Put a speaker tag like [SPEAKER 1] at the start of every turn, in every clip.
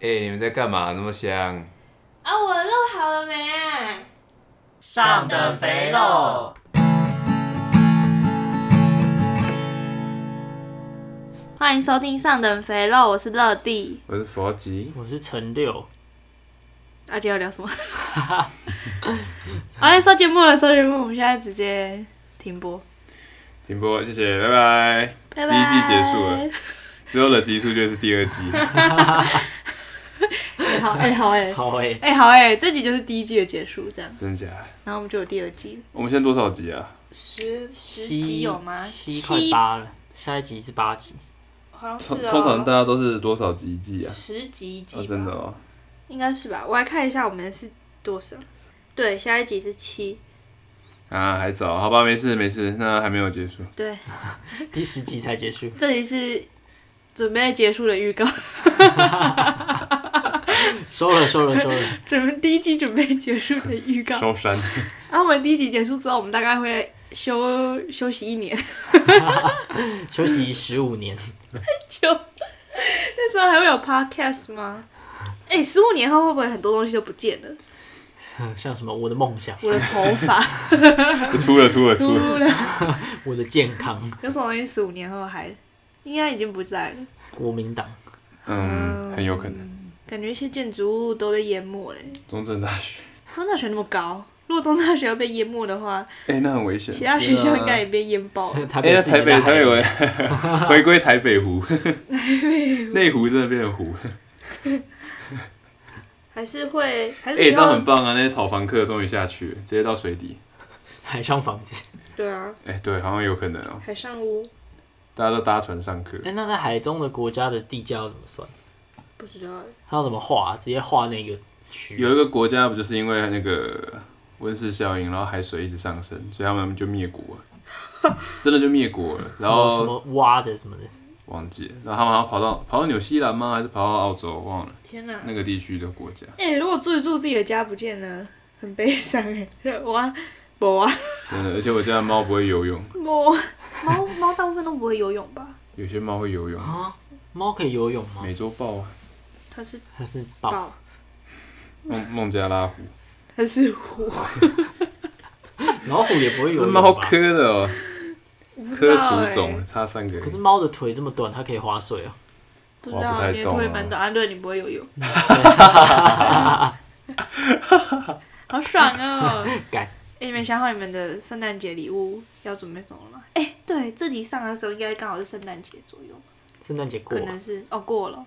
[SPEAKER 1] 哎、你们在干嘛？那么香？
[SPEAKER 2] 啊，我的肉好了没啊？
[SPEAKER 3] 上等肥肉。
[SPEAKER 2] 欢迎收听《上等肥肉》，我是乐蒂。
[SPEAKER 1] 我是佛吉，
[SPEAKER 3] 我是陈六，
[SPEAKER 2] 啊，今天要聊什么？ 好、像收节目了，收节目，我们现在直接停播，
[SPEAKER 1] 停播，谢谢，拜拜。
[SPEAKER 2] 拜
[SPEAKER 1] 第
[SPEAKER 2] 拜。
[SPEAKER 1] 一季结束了之后的集数就是第二 季，
[SPEAKER 2] 哎好，哎、好、哎。
[SPEAKER 3] 好诶、
[SPEAKER 2] 哎、好哎、这集就是第一季的结束，这样，
[SPEAKER 1] 真假的？
[SPEAKER 2] 然后我们就有第二季了，
[SPEAKER 1] 我们现在多少集啊？
[SPEAKER 2] 十十集
[SPEAKER 3] 七
[SPEAKER 2] 有吗？
[SPEAKER 3] 七快，八了，下一集是八集，
[SPEAKER 2] 好像
[SPEAKER 1] 通
[SPEAKER 2] 是哦。
[SPEAKER 1] 通常大家都是多少集一季啊？
[SPEAKER 2] 十集一季、
[SPEAKER 1] 啊，真的，哦。
[SPEAKER 2] 应该是吧？我来看一下我们是多少。对，下一集是七，
[SPEAKER 1] 啊，还早，好吧，没事没事，那还没有结束。
[SPEAKER 2] 对，
[SPEAKER 3] 第十集才结束。
[SPEAKER 2] 这里是准备结束的预告，
[SPEAKER 3] 收了，收了，收了。
[SPEAKER 2] 准备第一季准备结束的预告。
[SPEAKER 1] 收山，
[SPEAKER 2] 然后我们第一集结束之后，我们大概会休休息一年，
[SPEAKER 3] 休息十五年，
[SPEAKER 2] 就那时候还会有 podcast 吗？哎、十五年后会不会很多东西都不见了？
[SPEAKER 3] 像什么我的梦想，
[SPEAKER 2] 我的头 发
[SPEAKER 1] 秃了秃了
[SPEAKER 2] 秃
[SPEAKER 1] 秃了。
[SPEAKER 2] 了，
[SPEAKER 3] 我的健康，
[SPEAKER 2] 有什么东西十五年后还应该已经不在了？
[SPEAKER 3] 国民党，
[SPEAKER 1] 嗯，很有可能。
[SPEAKER 2] 感觉一些建筑物都被淹没了、
[SPEAKER 1] 中正大学，
[SPEAKER 2] 中大学那么高，如果中大学要被淹没的话，
[SPEAKER 1] 哎、那很危险。
[SPEAKER 2] 其他学校应该也被淹爆 了。
[SPEAKER 3] 台
[SPEAKER 1] 哎、
[SPEAKER 3] 北
[SPEAKER 1] 那
[SPEAKER 3] 市已
[SPEAKER 1] 台
[SPEAKER 3] 经
[SPEAKER 1] 北
[SPEAKER 3] 在
[SPEAKER 1] 台
[SPEAKER 3] 海
[SPEAKER 1] 北
[SPEAKER 3] 里
[SPEAKER 1] 回 回归台北湖， 内湖真的变成湖。
[SPEAKER 2] 还是会，还
[SPEAKER 1] 哎、
[SPEAKER 2] 是以
[SPEAKER 1] 这
[SPEAKER 2] 后、
[SPEAKER 1] 样很棒啊！那些炒房客终于下去了，直接到水底。
[SPEAKER 3] 海上房子。
[SPEAKER 2] 对啊，
[SPEAKER 1] 哎、对，好像有可能哦、
[SPEAKER 2] 海上屋
[SPEAKER 1] 大家都搭船上课
[SPEAKER 3] 哎、，那在海中的国家的地价要怎么算？
[SPEAKER 2] 不知道欸，
[SPEAKER 3] 它要怎么画？直接画那个区？
[SPEAKER 1] 有一个国家不就是因为那个温室效应，然后海水一直上升，所以他们就灭国了，真的就灭国了。
[SPEAKER 3] 什
[SPEAKER 1] 然
[SPEAKER 3] 么什
[SPEAKER 1] 后
[SPEAKER 3] 么蛙的什么的，
[SPEAKER 1] 忘记了，然后他们好像跑到跑到纽西兰吗？还是跑到澳洲？忘了
[SPEAKER 2] 天哪、
[SPEAKER 1] 那个地区的国家。
[SPEAKER 2] 哎、如果住一住自己的家不见了，很悲伤哎、 我啊，我啊，
[SPEAKER 1] 真的，而且我家的猫不会游泳，
[SPEAKER 2] 我啊猫猫大部分都不会游泳吧？
[SPEAKER 1] 有些猫会游泳，
[SPEAKER 3] 啊猫可以游泳吗？
[SPEAKER 1] 美洲豹啊，
[SPEAKER 2] 它是
[SPEAKER 3] 它是豹，
[SPEAKER 2] 豹，
[SPEAKER 1] 孟孟加拉虎，
[SPEAKER 2] 它是虎，
[SPEAKER 3] 老虎也不会
[SPEAKER 1] 这
[SPEAKER 3] 游泳
[SPEAKER 1] 猫
[SPEAKER 3] 吧？
[SPEAKER 1] 科的哦、
[SPEAKER 2] 不知
[SPEAKER 1] 科
[SPEAKER 2] 道哎
[SPEAKER 1] 属种差三个
[SPEAKER 3] 欸可。是猫的腿这么短，它可以划水哦、
[SPEAKER 2] 不知
[SPEAKER 1] 哇不
[SPEAKER 2] 道
[SPEAKER 1] 太
[SPEAKER 2] 你的
[SPEAKER 1] 懂
[SPEAKER 2] 腿
[SPEAKER 1] 啊
[SPEAKER 2] 蛮短啊，对，你不会 游泳，好爽 哦！
[SPEAKER 3] 干
[SPEAKER 2] 哎、你们想好你们的圣诞节礼物要准备什么了吗？哎、对，这集上的时候应该刚好是圣诞节左右，
[SPEAKER 3] 圣诞节过
[SPEAKER 2] 可
[SPEAKER 3] 完
[SPEAKER 2] 能是哦过了，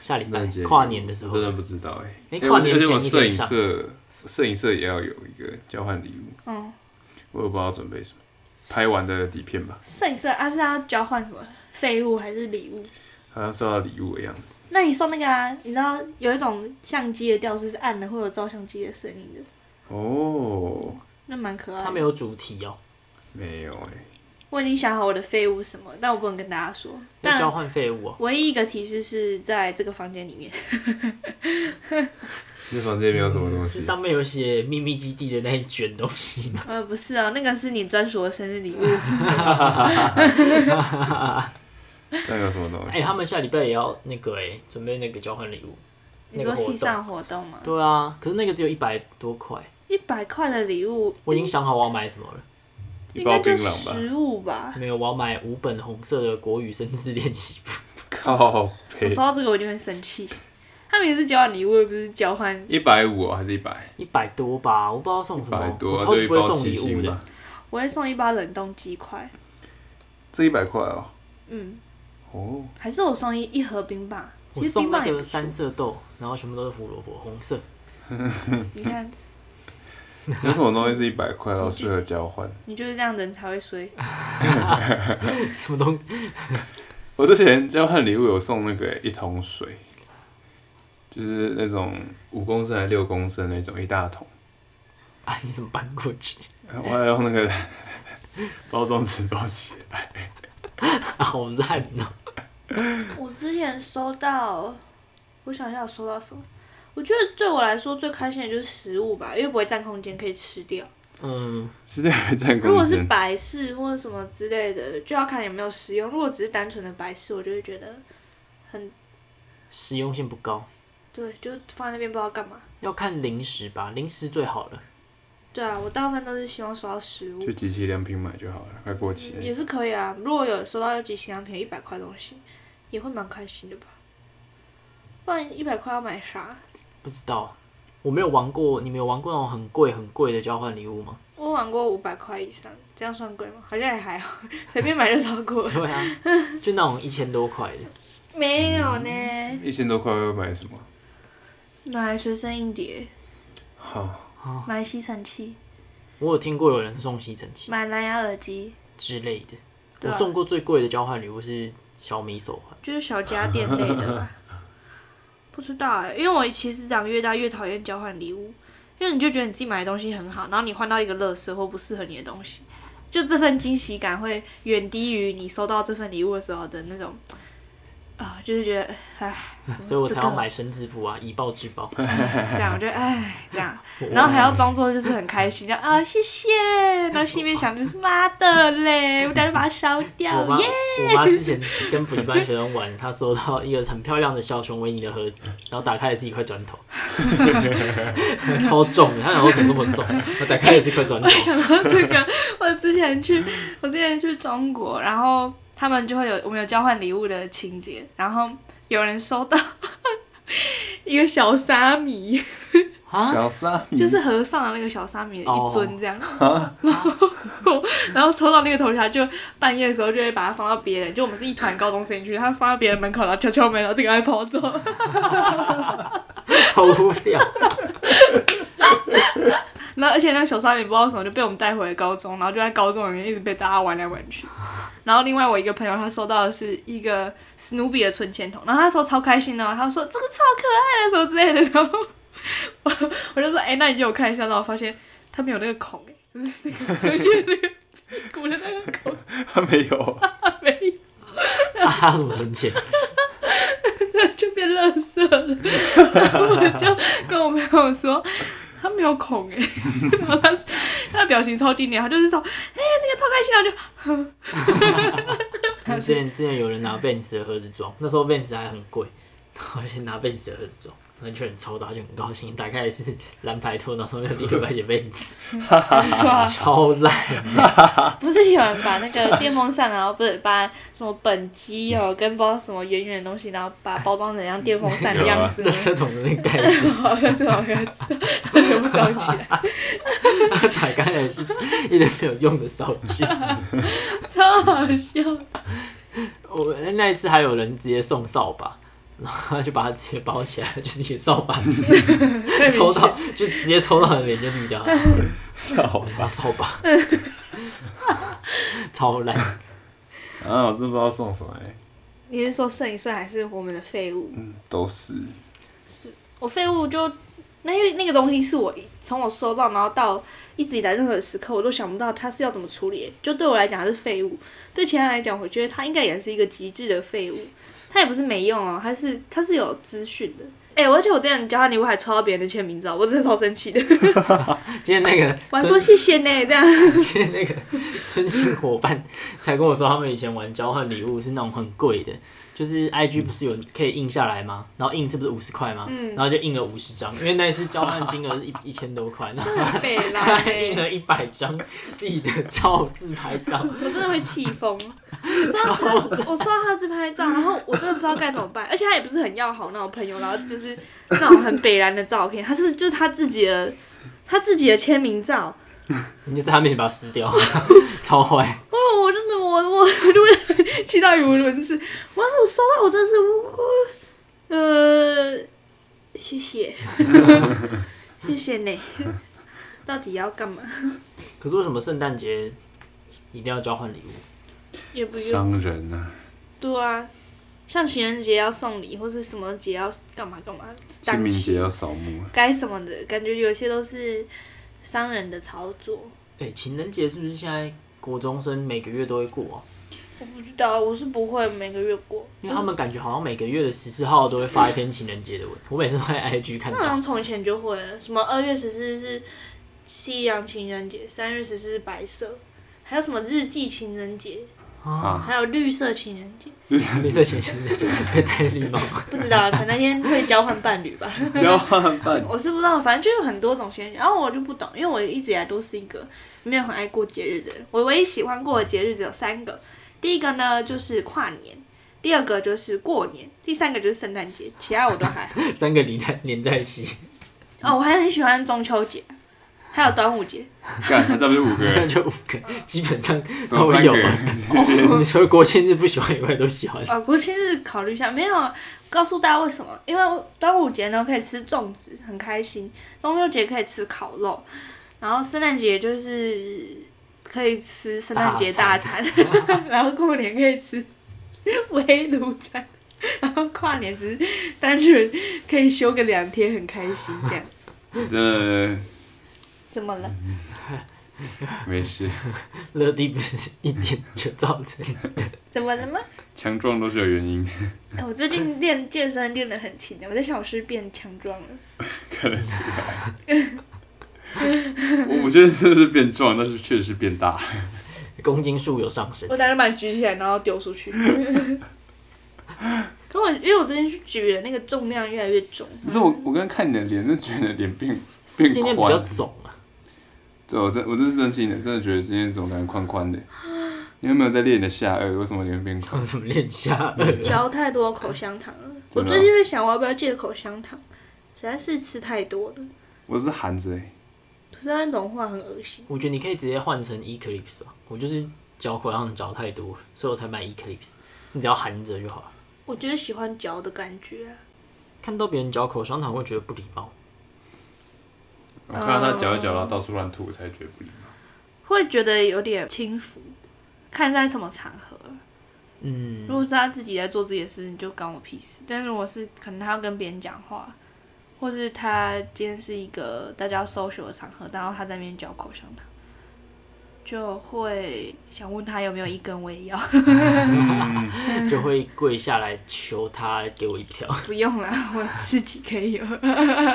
[SPEAKER 3] 下礼
[SPEAKER 1] 圣
[SPEAKER 3] 拜
[SPEAKER 1] 诞节
[SPEAKER 3] 跨年的时
[SPEAKER 1] 我
[SPEAKER 3] 候
[SPEAKER 1] 真，的不知道哎、
[SPEAKER 3] 哎
[SPEAKER 1] 哎
[SPEAKER 3] 跨
[SPEAKER 1] 我
[SPEAKER 3] 年
[SPEAKER 1] 而且
[SPEAKER 3] 前
[SPEAKER 1] 我
[SPEAKER 3] 一
[SPEAKER 1] 摄
[SPEAKER 3] 天
[SPEAKER 1] 影
[SPEAKER 3] 上
[SPEAKER 1] 社，摄影社也要有一个交换礼物，
[SPEAKER 2] 嗯，
[SPEAKER 1] 我也不知道准备什么，拍完的底片吧，
[SPEAKER 2] 摄影社啊是要交换什么废物还是礼物？
[SPEAKER 1] 好像收到礼物的样子。
[SPEAKER 2] 那你送那个啊，你知道有一种相机的吊饰是按的会有照相机的声音的，
[SPEAKER 1] 哦，
[SPEAKER 2] 那蛮可爱
[SPEAKER 3] 它
[SPEAKER 2] 的
[SPEAKER 3] 没。有主题哦、
[SPEAKER 1] 没有哎、
[SPEAKER 2] 我已经想好我的废物是什么，但我不能跟大家说。
[SPEAKER 3] 要交
[SPEAKER 2] 但
[SPEAKER 3] 换废物哦、
[SPEAKER 2] 唯一一个提示是在这个房间里面，
[SPEAKER 1] 这房间没有什么东
[SPEAKER 3] 是
[SPEAKER 1] 西。
[SPEAKER 3] 上面有写秘密基地的那一卷东西吗？
[SPEAKER 2] 呃，不是啊，那个是你专属的生日礼物。
[SPEAKER 1] 这样有什么东
[SPEAKER 3] 哎、
[SPEAKER 1] 西？
[SPEAKER 3] 他们下礼拜也要那个哎、准备那个交换礼物。
[SPEAKER 2] 你说
[SPEAKER 3] 那个活
[SPEAKER 2] 系
[SPEAKER 3] 动。
[SPEAKER 2] 上活动吗？
[SPEAKER 3] 对啊，可是那个只有一百多块，
[SPEAKER 2] 一百块的礼物，
[SPEAKER 3] 我已经想好我要买什么了。
[SPEAKER 1] 一
[SPEAKER 2] 应
[SPEAKER 1] 包
[SPEAKER 2] 该
[SPEAKER 1] 槟
[SPEAKER 2] 就
[SPEAKER 1] 榔吧。
[SPEAKER 2] 食物吧。
[SPEAKER 3] 没有，我要买五本红色的国语生字练习簿。
[SPEAKER 1] 靠
[SPEAKER 2] 我
[SPEAKER 1] 背
[SPEAKER 2] 收，到这个我就会生气。他们也是交换礼物，又不是交换。
[SPEAKER 1] 一百五哦还是一百？
[SPEAKER 3] 一百多吧，我不知道送
[SPEAKER 1] 一
[SPEAKER 3] 什
[SPEAKER 1] 百
[SPEAKER 3] 么，
[SPEAKER 1] 多
[SPEAKER 3] 我
[SPEAKER 1] 啊，
[SPEAKER 3] 超
[SPEAKER 1] 就
[SPEAKER 3] 级
[SPEAKER 1] 一
[SPEAKER 3] 不会
[SPEAKER 1] 包
[SPEAKER 3] 送
[SPEAKER 1] 七
[SPEAKER 3] 礼物
[SPEAKER 1] 星吧
[SPEAKER 3] 的。。
[SPEAKER 2] 我会送一包冷冻鸡块，
[SPEAKER 1] 这一百块哦。
[SPEAKER 2] 嗯，
[SPEAKER 1] 哦，
[SPEAKER 2] 还是我送一一盒冰棒。
[SPEAKER 3] 我
[SPEAKER 2] 其实
[SPEAKER 3] 送
[SPEAKER 2] 冰
[SPEAKER 3] 那
[SPEAKER 2] 棒也
[SPEAKER 3] 个
[SPEAKER 2] 不错
[SPEAKER 3] 三色豆，然后全部都是胡萝卜，红色。
[SPEAKER 2] 你看，
[SPEAKER 1] 有什么东西是一百块，然后适合交换？
[SPEAKER 2] 你就是这样人才会衰。
[SPEAKER 3] 什么东
[SPEAKER 1] 我之前交换礼物有送那个欸一桶水，就是那种五公升还是六公升那种一大桶，
[SPEAKER 3] 啊？你怎么搬过去？
[SPEAKER 1] 我还用那个 包装纸包起来。
[SPEAKER 3] 好烂哦、
[SPEAKER 2] 我之前收到，我想一下我收到什么。我觉得对我来说最开心的就是食物吧，因为不会占空间，可以吃掉。
[SPEAKER 3] 嗯，
[SPEAKER 1] 是那个占
[SPEAKER 2] 如
[SPEAKER 1] 空
[SPEAKER 2] 果是
[SPEAKER 1] 间，
[SPEAKER 2] 白事或者什么之类的，就要看有没有实用。如果只是单纯的白事，我就会觉得很
[SPEAKER 3] 实用性不高。
[SPEAKER 2] 对，就放在那边不知道干嘛。
[SPEAKER 3] 要看零食吧，零食最好了。
[SPEAKER 2] 对啊，我大部分都是希望收到食物
[SPEAKER 1] 去，集齐良品买就好了，快过期了。
[SPEAKER 2] 也是可以啊。如果有收到有几样便宜一百块的东西，也会蛮开心的吧。不然一百块要买啥？
[SPEAKER 3] 不知道，我没有玩过，你们有玩过那种很贵很贵的交换礼物吗？
[SPEAKER 2] 我玩过五百块以上，这样算贵吗？好像也还好， 随便买就超过。
[SPEAKER 3] 对啊，就那种一千多块的，
[SPEAKER 2] 没有呢，
[SPEAKER 1] 一千多块要买什么？
[SPEAKER 2] 买随身硬碟，
[SPEAKER 1] 好，
[SPEAKER 2] 买吸尘器，
[SPEAKER 3] 我有听过有人送吸尘器
[SPEAKER 2] 买蓝牙耳机，
[SPEAKER 3] 之类的。
[SPEAKER 2] 对
[SPEAKER 3] 我
[SPEAKER 2] 啊
[SPEAKER 3] 送过最贵的交换礼物是小米手环，
[SPEAKER 2] 就是小家电类的 吧。不知道哎、因为我其实长越大越讨厌交换礼物，因为你就觉得你自己买的东西很好，然后你换到一个垃圾或不适合你的东西，就这份惊喜感会远低于你收到这份礼物的时候的那种。啊、就是觉得，唉，
[SPEAKER 3] 所以我才要
[SPEAKER 2] 这个
[SPEAKER 3] 买生字谱啊，以暴制暴。
[SPEAKER 2] 这 样，我就唉，这样，然后还要装作就是很开心，这样啊，谢谢，然后心里面想就是妈的嘞，我等下就把它烧
[SPEAKER 3] 我
[SPEAKER 2] 掉
[SPEAKER 3] 妈，
[SPEAKER 2] 耶，
[SPEAKER 3] 我妈之前跟补习班学生玩，她收到一个很漂亮的小熊维尼的盒子，然后打开也是一块砖头，超重的，她想说怎么那么重，我打开也是一块砖头
[SPEAKER 2] 我，想到这个，我之前去，我之前去中国，然后他们就会有我们有交换礼物的情节，然后有人收到 一个小沙弥，
[SPEAKER 3] 啊，
[SPEAKER 1] 小三
[SPEAKER 2] 就是和尚的那个小沙弥的一尊这样，
[SPEAKER 1] 啊，
[SPEAKER 2] 然后收到那个头衔，就半夜的时候就会把它放到别人，就我们是一团高中生去，他放到别人门口，然后敲敲门，然后这个还跑走，
[SPEAKER 3] 好无聊。
[SPEAKER 2] 然后而且那个小沙弥不知道为什么就被我们带回高中，然后就在高中里面一直被大家玩来玩去。然后另外我一个朋友他收到的是一个史努比的存钱筒，然后他说超开心的，他说这个超可爱的什么之类的，然后我我就说哎、那你借我看一下，然后我发现他没有那个孔哎、就是那个出去那个屁股的那个孔
[SPEAKER 1] 他没 有，
[SPEAKER 2] 他没有。
[SPEAKER 3] 啊，她怎么存钱？
[SPEAKER 2] 就变垃圾了。我就跟我朋友说，他没有孔哎、 然后他他的表情超经典，他就是说，哎、那个超开心，然后就
[SPEAKER 3] 之前之前有人拿 Vans 的盒子装，那时候 Vans 还很贵，我先拿 Vans 的盒子装，然后就很抽到，他就很高兴，打开也是蓝牌兔，然后上面有立刻白写 Vans，
[SPEAKER 2] 很爽。
[SPEAKER 3] 超烂。
[SPEAKER 2] 啊不是有人把那个电风扇，然后不是把什么本机哦，跟不知道什么圆圆的东西，然后把包装成像电风扇的样子
[SPEAKER 3] 垃，圾桶的那个盖子，
[SPEAKER 2] 好像是好样子，全部装起来，
[SPEAKER 3] 打开也是一点没有用的扫具。
[SPEAKER 2] 超好笑。
[SPEAKER 3] 我那一次还有人直接送扫把，然后他就把它直接包起来，就 直接扫把抽到，就直接抽到你的脸就绿掉了，
[SPEAKER 1] 小
[SPEAKER 3] 把扫把， 超烂。
[SPEAKER 1] 啊，我真不知道送什么哎、
[SPEAKER 2] 你是说剩一剩还是我们的废物？
[SPEAKER 1] 都是
[SPEAKER 2] 我废物就那因为那个东西是我一从我收到，然后到一直以来任何时刻，我都想不到它是要怎么处理。就对我来讲它是废物，对其他人来讲，我觉得它应该也是一个极致的废物。它也不是没用哦，它是它是有资讯的。哎、而且我之前交换礼物还抽到别人的签名照，我真的超生气的。
[SPEAKER 3] 今天那个
[SPEAKER 2] 我还说
[SPEAKER 3] 孙，
[SPEAKER 2] 谢谢呢，这样。
[SPEAKER 3] 今天那个孙姓伙伴才跟我说，他们以前玩交换礼物是那种很贵的。就是 I G 不是有可以印下来吗？然后印是不是五十块吗？然后就印了五十张，因为那一次交换金额是一一千多块，然后
[SPEAKER 2] 很北 啦、
[SPEAKER 3] 他印了一百张自己的照自拍照，
[SPEAKER 2] 我真的会气疯。我收到他，我收到他的自拍照，然后我真的不知道该怎么办，而且他也不是很要好那种朋友，然后就是那种很北然的照片，他是就是他自己的他自己的签名照，
[SPEAKER 3] 你就在他面前把它撕 掉，超坏。
[SPEAKER 2] 哦，我真的我我我就会气到语无伦次，哇，我收到我真的是我呃，谢谢，谢谢呢，到底要干嘛？
[SPEAKER 3] 可是为什么圣诞节一定要交换礼物？
[SPEAKER 2] 也不用。
[SPEAKER 1] 商人啊，
[SPEAKER 2] 对啊，像情人节要送礼，或是什么节要干嘛干嘛，
[SPEAKER 1] 清明节要扫墓啊，
[SPEAKER 2] 该什么的感觉，有些都是商人的操作。
[SPEAKER 3] 哎、情人节是不是现在国中生每个月都会过、啊？
[SPEAKER 2] 我不知道，我是不会每个月过，
[SPEAKER 3] 因为他们感觉好像每个月的十四号都会发一篇情人节的文，我每次都在 IG 看
[SPEAKER 2] 那好
[SPEAKER 3] 到
[SPEAKER 2] 像。从以前就会了。什么二月十四是西洋情人节，三月十四是白色，还有什么日记情人节，
[SPEAKER 1] 啊，
[SPEAKER 2] 还有绿色情人节，
[SPEAKER 3] 绿色情人节被戴绿帽，
[SPEAKER 2] 不知道，可能那天会交换伴侣吧。
[SPEAKER 1] 交换伴侣
[SPEAKER 2] 我是不知道，反正就有很多种情人节，然后我就不懂，因为我一直以来都是一个没有很爱过节日的人。我唯一喜欢过的节日只有三个，第一个呢就是跨年，第二个就是过年，第三个就是圣诞节，其他我都还好。
[SPEAKER 3] 三个连在连在一起，
[SPEAKER 2] 哦，我还很喜欢中秋节，还有端午节。
[SPEAKER 1] 干，那这不是五个
[SPEAKER 3] 那
[SPEAKER 1] 人，
[SPEAKER 3] 就五个，基本上
[SPEAKER 1] 怎么
[SPEAKER 3] 都
[SPEAKER 1] 三个
[SPEAKER 3] 有。啊
[SPEAKER 1] 人？
[SPEAKER 3] 你除了国庆日不喜欢以外都喜欢，
[SPEAKER 2] 呃，国庆日考虑一下，没有告诉大家为什么？因为端午节呢可以吃粽子，很开心；中秋节可以吃烤肉，然后圣诞节就是可以吃圣诞节大餐， 然后过年可以吃 围炉餐，然后跨年只是单纯可以休个两天，很开心这 样。
[SPEAKER 1] 真的
[SPEAKER 2] 怎么了？
[SPEAKER 1] 没事，
[SPEAKER 3] 乐地不是一点就造成。
[SPEAKER 2] 怎么了吗？
[SPEAKER 1] 强壮都是有原因 的，
[SPEAKER 2] 哎我最近练健身练得很勤的，我在想我是不是变强壮了。
[SPEAKER 1] 可能是。 我我觉得是不是变壮，但是确实是变大。
[SPEAKER 3] 公斤数有上升
[SPEAKER 2] 我，打算把你举起来，然后丢出去。 可我因为我最近去举了，那个重量越来越重。
[SPEAKER 1] 可是我我刚刚看你的脸，真的觉得你的脸变
[SPEAKER 3] 是
[SPEAKER 1] 变
[SPEAKER 3] 今天比较
[SPEAKER 1] 宽。
[SPEAKER 3] 肿啊，
[SPEAKER 1] 对，我真我真是真心的，真的觉得今天怎么感觉宽宽的？你有没有在练你的下颚？为什么脸会变宽？
[SPEAKER 3] 我嗯怎么练下颚啊？
[SPEAKER 2] 嚼太多口香糖了，我
[SPEAKER 1] 真的啊
[SPEAKER 2] 最近在想我要不要戒口香糖，实在是吃太多了，
[SPEAKER 1] 我是含着、欸，
[SPEAKER 2] 可是它融化很恶心。
[SPEAKER 3] 我觉得你可以直接换成 Eclipse 吧，我就是嚼口香糖嚼太多，所以我才买 Eclipse。你只要含着就好了。
[SPEAKER 2] 我就是喜欢嚼的感觉啊、
[SPEAKER 3] 看到别人嚼口香糖会觉得不礼 貌，
[SPEAKER 1] 我看到他嚼一嚼，然后到处乱吐，我才觉得不一样。
[SPEAKER 2] 会觉得有点轻浮，看在什么场合。
[SPEAKER 3] 嗯，
[SPEAKER 2] 如果是他自己在做自己的事情，就干我屁事。但如果是可能他要跟别人讲话，或是他今天是一个大家要 social 的场合，然后他在那边嚼口香糖，就会想问他有没有一根我也要。
[SPEAKER 3] 就会跪下来求他给我一条。
[SPEAKER 2] 不用了，我自己可以有。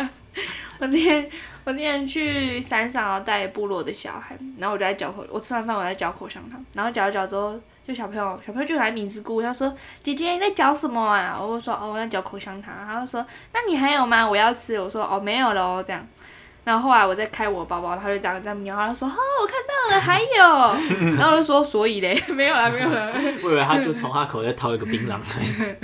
[SPEAKER 2] 我之前我之前去山上，然后带部落的小孩，然后我就在嚼口，我吃完饭我在嚼口香糖，然后嚼一嚼之后，就小朋友小朋友就来明知故，他说：“姐姐你在嚼什么啊？”我就说：“哦，我在嚼口香糖。”他就说：“那你还有吗？我要吃。”我说：“哦，没有了哦。”这样。然后后来我在开我的包包，他就这样在瞄，他就说：“哦，我看到了，还有。”然后我就说：“所以嘞，没有啦，没有啦。”
[SPEAKER 3] 我以为他就从他口袋掏一个槟榔出来吃，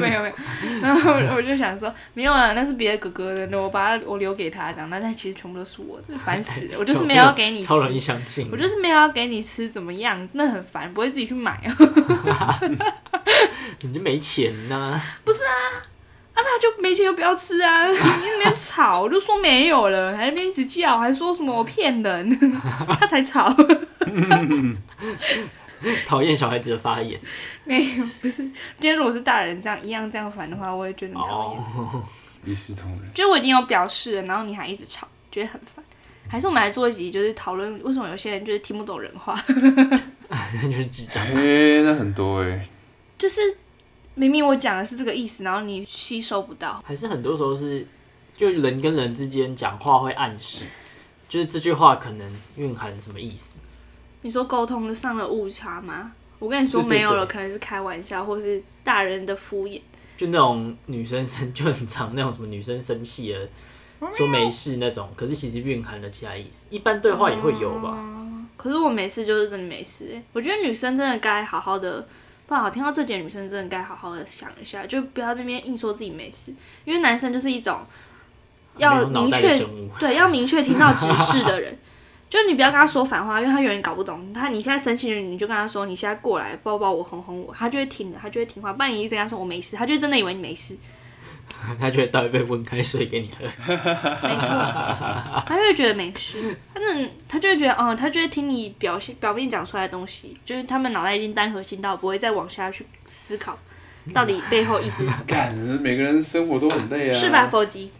[SPEAKER 2] 没有没有，然后我就想说没有啊，那是别的哥哥的，那我把它我留给他这样，那但其实全部都是我的，烦死了，我 就是没有要给你吃，
[SPEAKER 3] 超容易相信
[SPEAKER 2] 我。就是没有要给你吃，怎么样？真的很烦，不会自己去买啊，
[SPEAKER 3] 你就没钱呐、
[SPEAKER 2] 啊那就没钱就不要吃啊， 你那边吵，我就说没有了，还在那边一直叫，还说什么我骗人， 他才吵，
[SPEAKER 3] 讨厌小孩子的发言。
[SPEAKER 2] 没有不是，今天如果是大人这样一样这样烦的话，我也觉得很讨厌。
[SPEAKER 3] 哦，
[SPEAKER 1] 一视同 仁，
[SPEAKER 2] 就是我已经有表示了，然后你还一直吵，觉得很烦。还是我们来做一集，就是讨论为什么有些人就是听不懂人话，
[SPEAKER 3] 那就是智障。
[SPEAKER 1] 哎、那很多哎、
[SPEAKER 2] 就是明明我讲的是这个意思，然后你吸收不到。
[SPEAKER 3] 还是很多时候是，就人跟人之间讲话会暗示，就是这句话可能蕴含什么意思。
[SPEAKER 2] 你说沟通上了误差吗？我跟你说
[SPEAKER 3] 对对
[SPEAKER 2] 没有了，
[SPEAKER 3] 对
[SPEAKER 2] 可能是开玩笑，或是大人的敷衍。
[SPEAKER 3] 就那种女生生就很常那种什么女生生气了，说没事那种，可是其实蕴含了其他意思。一般对话也会有吧？
[SPEAKER 2] 可是我没事，就是真的没事、欸。我觉得女生真的该好好的，不好听到这点，女生真的该好好的想一下，就不要在那边硬说自己没事，因为男生就是一种
[SPEAKER 3] 没
[SPEAKER 2] 要
[SPEAKER 3] 有脑
[SPEAKER 2] 明
[SPEAKER 3] 袋的
[SPEAKER 2] 确
[SPEAKER 3] 生物，
[SPEAKER 2] 对，要明确听到指示的人，就你不要跟他说反话，因为他永远搞不懂。他你现在生气了，你就跟他说你现在过来抱抱我，哄哄我，他就会听的，他就会听话。不然你一直跟他说我没事，他就真的以为你没事，
[SPEAKER 3] 他就会倒一杯温开水给你喝。
[SPEAKER 2] 没错，他就会觉得没事。他那他就会觉得，哦，他就会听你表现表面讲出来的东西，就是他们脑袋已经单核心到不会再往下去思考到底背后意思是 什么，
[SPEAKER 1] 干，每个人生活都很累啊，
[SPEAKER 2] 是吧，？佛吉？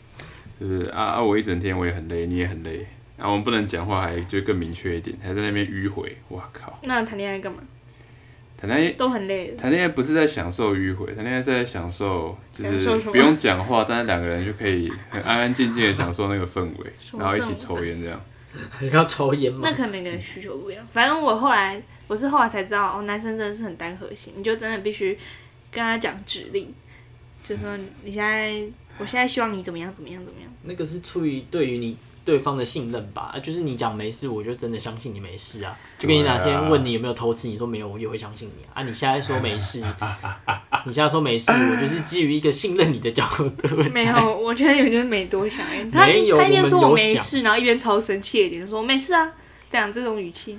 [SPEAKER 1] 是不是啊啊！我一整天我也很累，你也很累，啊，我们不能讲话，还就更明确一点，还在那边迂回，哇靠！
[SPEAKER 2] 那谈恋爱干嘛？
[SPEAKER 1] 谈恋爱，
[SPEAKER 2] 都很累了。
[SPEAKER 1] 谈恋爱不是在享受迂回，谈恋爱是在享受，就
[SPEAKER 2] 享
[SPEAKER 1] 是
[SPEAKER 2] 受什么
[SPEAKER 1] 不用讲话，但是两个人就可以很安安静静的享受那个氛围，
[SPEAKER 2] 么
[SPEAKER 1] 然后一
[SPEAKER 2] 氛
[SPEAKER 1] 起
[SPEAKER 2] 围
[SPEAKER 1] 抽烟这样。
[SPEAKER 3] 你要抽烟吗
[SPEAKER 2] 那？可能每个人需求不一样。反正我后来我是后来才知道，哦，男生真的是很单核心，你就真的必须跟他讲指令，就说
[SPEAKER 3] 嗯
[SPEAKER 2] 你现在，我现在希望你怎么样怎么样怎么样。
[SPEAKER 3] 那个是出于对于你对方的信任吧，啊就是你讲没事，我就真的相信你没事啊。就跟你哪天问你有没有偷吃，你说没有，我也会相信你啊。啊你现在说没事，你现在说没事，我就是基于一个信任你的角度。
[SPEAKER 2] 没有，我觉得有就是没多 想、欸，他
[SPEAKER 3] 没
[SPEAKER 2] 一
[SPEAKER 3] 有
[SPEAKER 2] 他一边
[SPEAKER 3] 我们
[SPEAKER 2] 说我
[SPEAKER 3] 有
[SPEAKER 2] 没
[SPEAKER 3] 想
[SPEAKER 2] 事，然后一边超生气的脸，就说没事啊，这样这种语气，